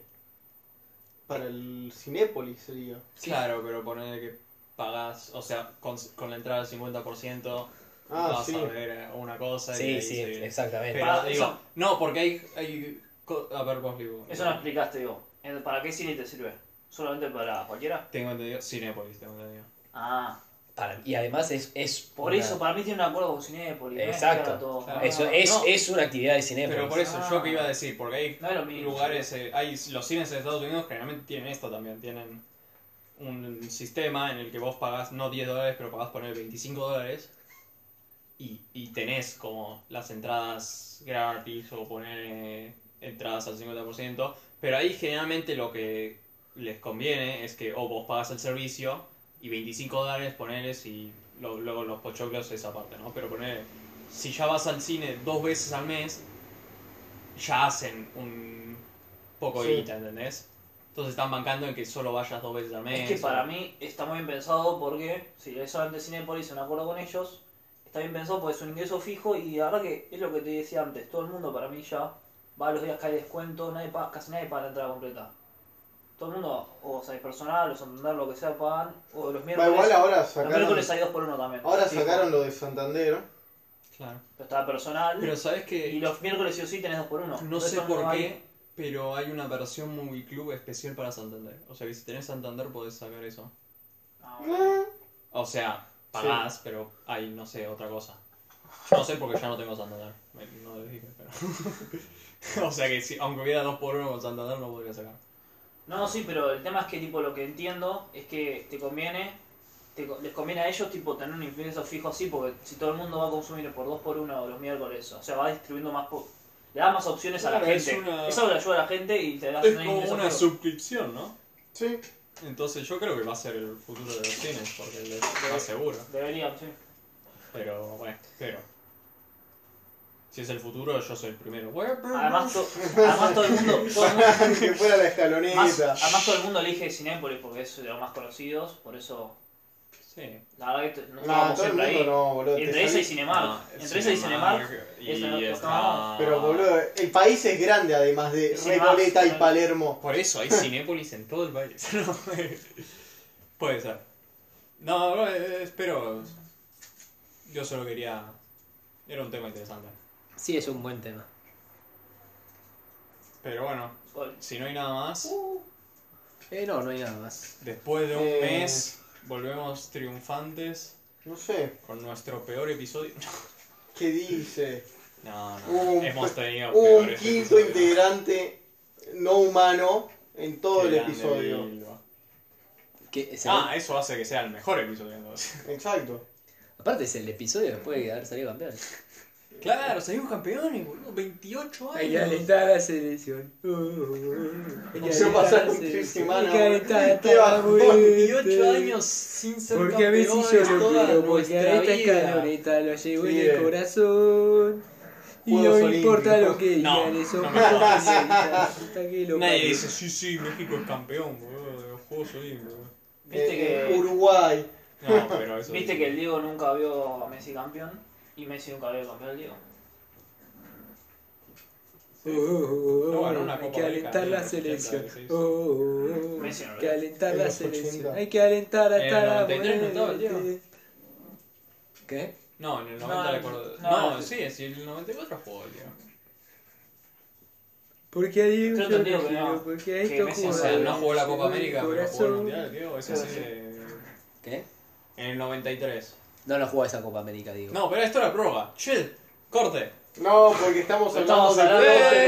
B: Para el Cinépolis sería.
D: Claro, pero poner que pagás, o sea, con, con la entrada del 50%
B: Ah,
D: vas
B: sí.
D: a ver una cosa y
A: Sí,
D: ahí
A: sí,
D: se viene.
A: exactamente.
D: Pero
E: Ah,
D: digo,
E: eso-
D: no, porque hay, hay co- a ver vos digo.
E: Eso no explicaste, digo. Eh, ¿Para qué cine te sirve? ¿Solamente para cualquiera?
D: Tengo entendido, Cinepolis, tengo entendido.
E: Ah,
A: Para- y además es... es
E: por
A: una-
E: eso, para mí tiene un acuerdo con Cinépolis. no es
A: Exacto.
E: que haga todo.
D: Claro.
A: eso
E: Ah,
A: es,
D: no.
A: es una actividad de cine.
D: Pero por eso yo que iba a decir, porque hay
E: No es lo mismo.
D: lugares, eh, hay los cines de Estados Unidos generalmente tienen esto también, tienen un sistema en el que vos pagás no 10 dólares, pero pagás poner 25 dólares y, y tenés como las entradas gratis o poner eh, entradas al 50%, pero ahí generalmente lo que les conviene es que o vos pagás el servicio y 25 dólares poneres y lo- luego los pochoclos esa parte, ¿no? Pero poner si ya vas al cine dos veces al mes, ya hacen un poco de
B: Sí.
D: guita, ¿entendés? Entonces están bancando en que solo vayas dos veces al mes.
E: Es que
D: o-
E: para mí está muy bien pensado porque si es solamente Cinepolis, un acuerdo con ellos, está bien pensado porque es un ingreso fijo y la verdad que es lo que te decía antes, todo el mundo para mí ya va a los días que hay descuento, nadie paga, casi nadie paga la entrada completa. Todo el mundo, o sea, es personal, o Santander, lo que sea, pagan, o los
B: Va
E: miércoles.
B: igual ahora
E: los
B: sacaron.
E: miércoles hay dos por uno también.
B: Ahora
E: Sí,
B: sacaron lo de Santander.
D: Claro.
E: pero Está personal.
D: Pero sabes que
E: y los miércoles sí o sí tenés dos por uno.
D: no
E: Entonces,
D: sé
E: todo el mundo
D: por
E: va
D: qué,
E: ahí.
D: pero hay una versión Movie Club especial para Santander. O sea que si tenés Santander podés sacar eso.
E: Ah, bueno.
D: O sea, pagás, pero hay, no sé, otra cosa. Yo no sé porque ya no tengo Santander. Me- No les dije, pero. o sea que si, aunque hubiera dos por uno con Santander, no podría sacar.
E: No, sí, pero el tema es que tipo lo que entiendo es que te conviene, te co- les conviene a ellos tipo tener un ingreso fijo así, porque si todo el mundo va a consumir por dos por uno los miércoles, o sea, va distribuyendo más, po- le da más opciones a la
D: Claro, es
E: gente.
D: una-
E: Eso le ayuda a la gente y te da
D: Es como una
E: fijo.
D: suscripción, ¿no?
B: Sí.
D: Entonces yo creo que va a ser el futuro de los cines, porque el de más seguro.
E: Deberían, sí.
D: Pero bueno, pero. Si es el futuro, yo soy el primero. Bueno, pero-
E: Además, to- además todo el mundo, todo el mundo
B: que fuera la
E: más-
B: escaloneta.
E: además todo el mundo elige Cinépolis porque es de los más conocidos, por eso
D: Sí.
E: La verdad que t- no
B: No,
E: estábamos
B: todo el
E: siempre
B: mundo
E: ahí.
B: no, boludo. te
E: entre esa y
B: salís-
E: Cinemark. entre esa y Cinemark.
D: Ah, Y
E: esa no
D: está-
E: tocábamos.
B: Pero boludo, el país es grande además de
E: Sí,
B: Recoleta
E: más,
B: y
E: claro.
B: Palermo.
D: Por eso hay Cinépolis en todo el país. No, Puede ser. No, no, eh, espero. Yo solo quería. Era un tema interesante.
A: Sí, es un buen tema.
D: Pero bueno, si no hay nada más,
A: Eh, no, no hay nada más.
D: después de un
B: Eh.
D: mes volvemos triunfantes
B: No sé,
D: con nuestro peor episodio.
B: ¿qué dice?
D: No, no,
B: Hubo un-
D: hemos tenido
B: Hubo un
D: peores
B: quinto
D: episodios.
B: integrante no humano en todo el
D: Grande
B: episodio.
D: Bilba.
A: Que es el-
D: Ah, eso hace que sea el mejor episodio entonces.
B: Exacto.
A: Aparte es el episodio después de haber salido campeón.
D: Claro, salimos campeones, boludo. 28 años.
A: a la selección.
B: que Se pasaron alentar a la tres selección. semanas, Hay que alentar a Qué
A: a
B: bajón,
A: morir.
D: 28 años sin ser
A: Porque a ver si
D: campeones
A: yo lo
D: toda
A: quiero, porque
D: nuestra
A: a esta
D: vida.
A: escaloneta lo llevo en
B: Sí, eh.
A: el corazón. Y
B: Juegos
A: no importa
B: Olímpicos.
A: lo
D: No,
A: que digan,
D: no
A: eso
D: me
A: me
D: jodas. Nadie
A: Nadie
D: dice, sí, sí, México es campeón, boludo, de los Juegos Olímpicos.
E: Viste
B: Eh,
E: que-
B: Uruguay.
D: No, pero eso...
E: Viste que el Diego nunca vio a Messi campeón. Y Messi nunca vio campeón al Diego.
A: Oh,
B: Uh.
D: No, ganó una
A: Hay
D: Copa
A: que
D: América,
A: alentar la
D: ¿no?
A: selección.
D: Sí, sí.
A: Oh, oh, oh.
E: Messi no lo
A: Hay que
E: vio.
A: alentar
B: En
A: la
B: los
A: selección.
B: 80.
A: Hay que alentar
D: En el
A: hasta la
D: 93 no estaba el Diego.
A: muerte. ¿Qué?
D: No, en el 90
E: No,
D: recuerdo... No,
E: no,
D: sí, sí, en el 94 jugó, tío.
A: Porque a
E: Yo
A: Diego yo
E: entendí
A: lo
E: que
A: quiero,
E: no.
A: porque a
E: Que
A: estos
E: Messi no
D: O sea, no
A: jugadores
D: jugó la Copa
A: llevo en el
D: América, pero jugó el
A: corazón.
D: Mundial, tío. Eso sí...
A: ¿Qué?
D: En el 93.
A: No lo jugó esa Copa América, digo.
D: No, pero esto era prueba. Chill, corte.
B: No, porque estamos
E: Estamos
B: hablando de
E: hablando
B: cosas.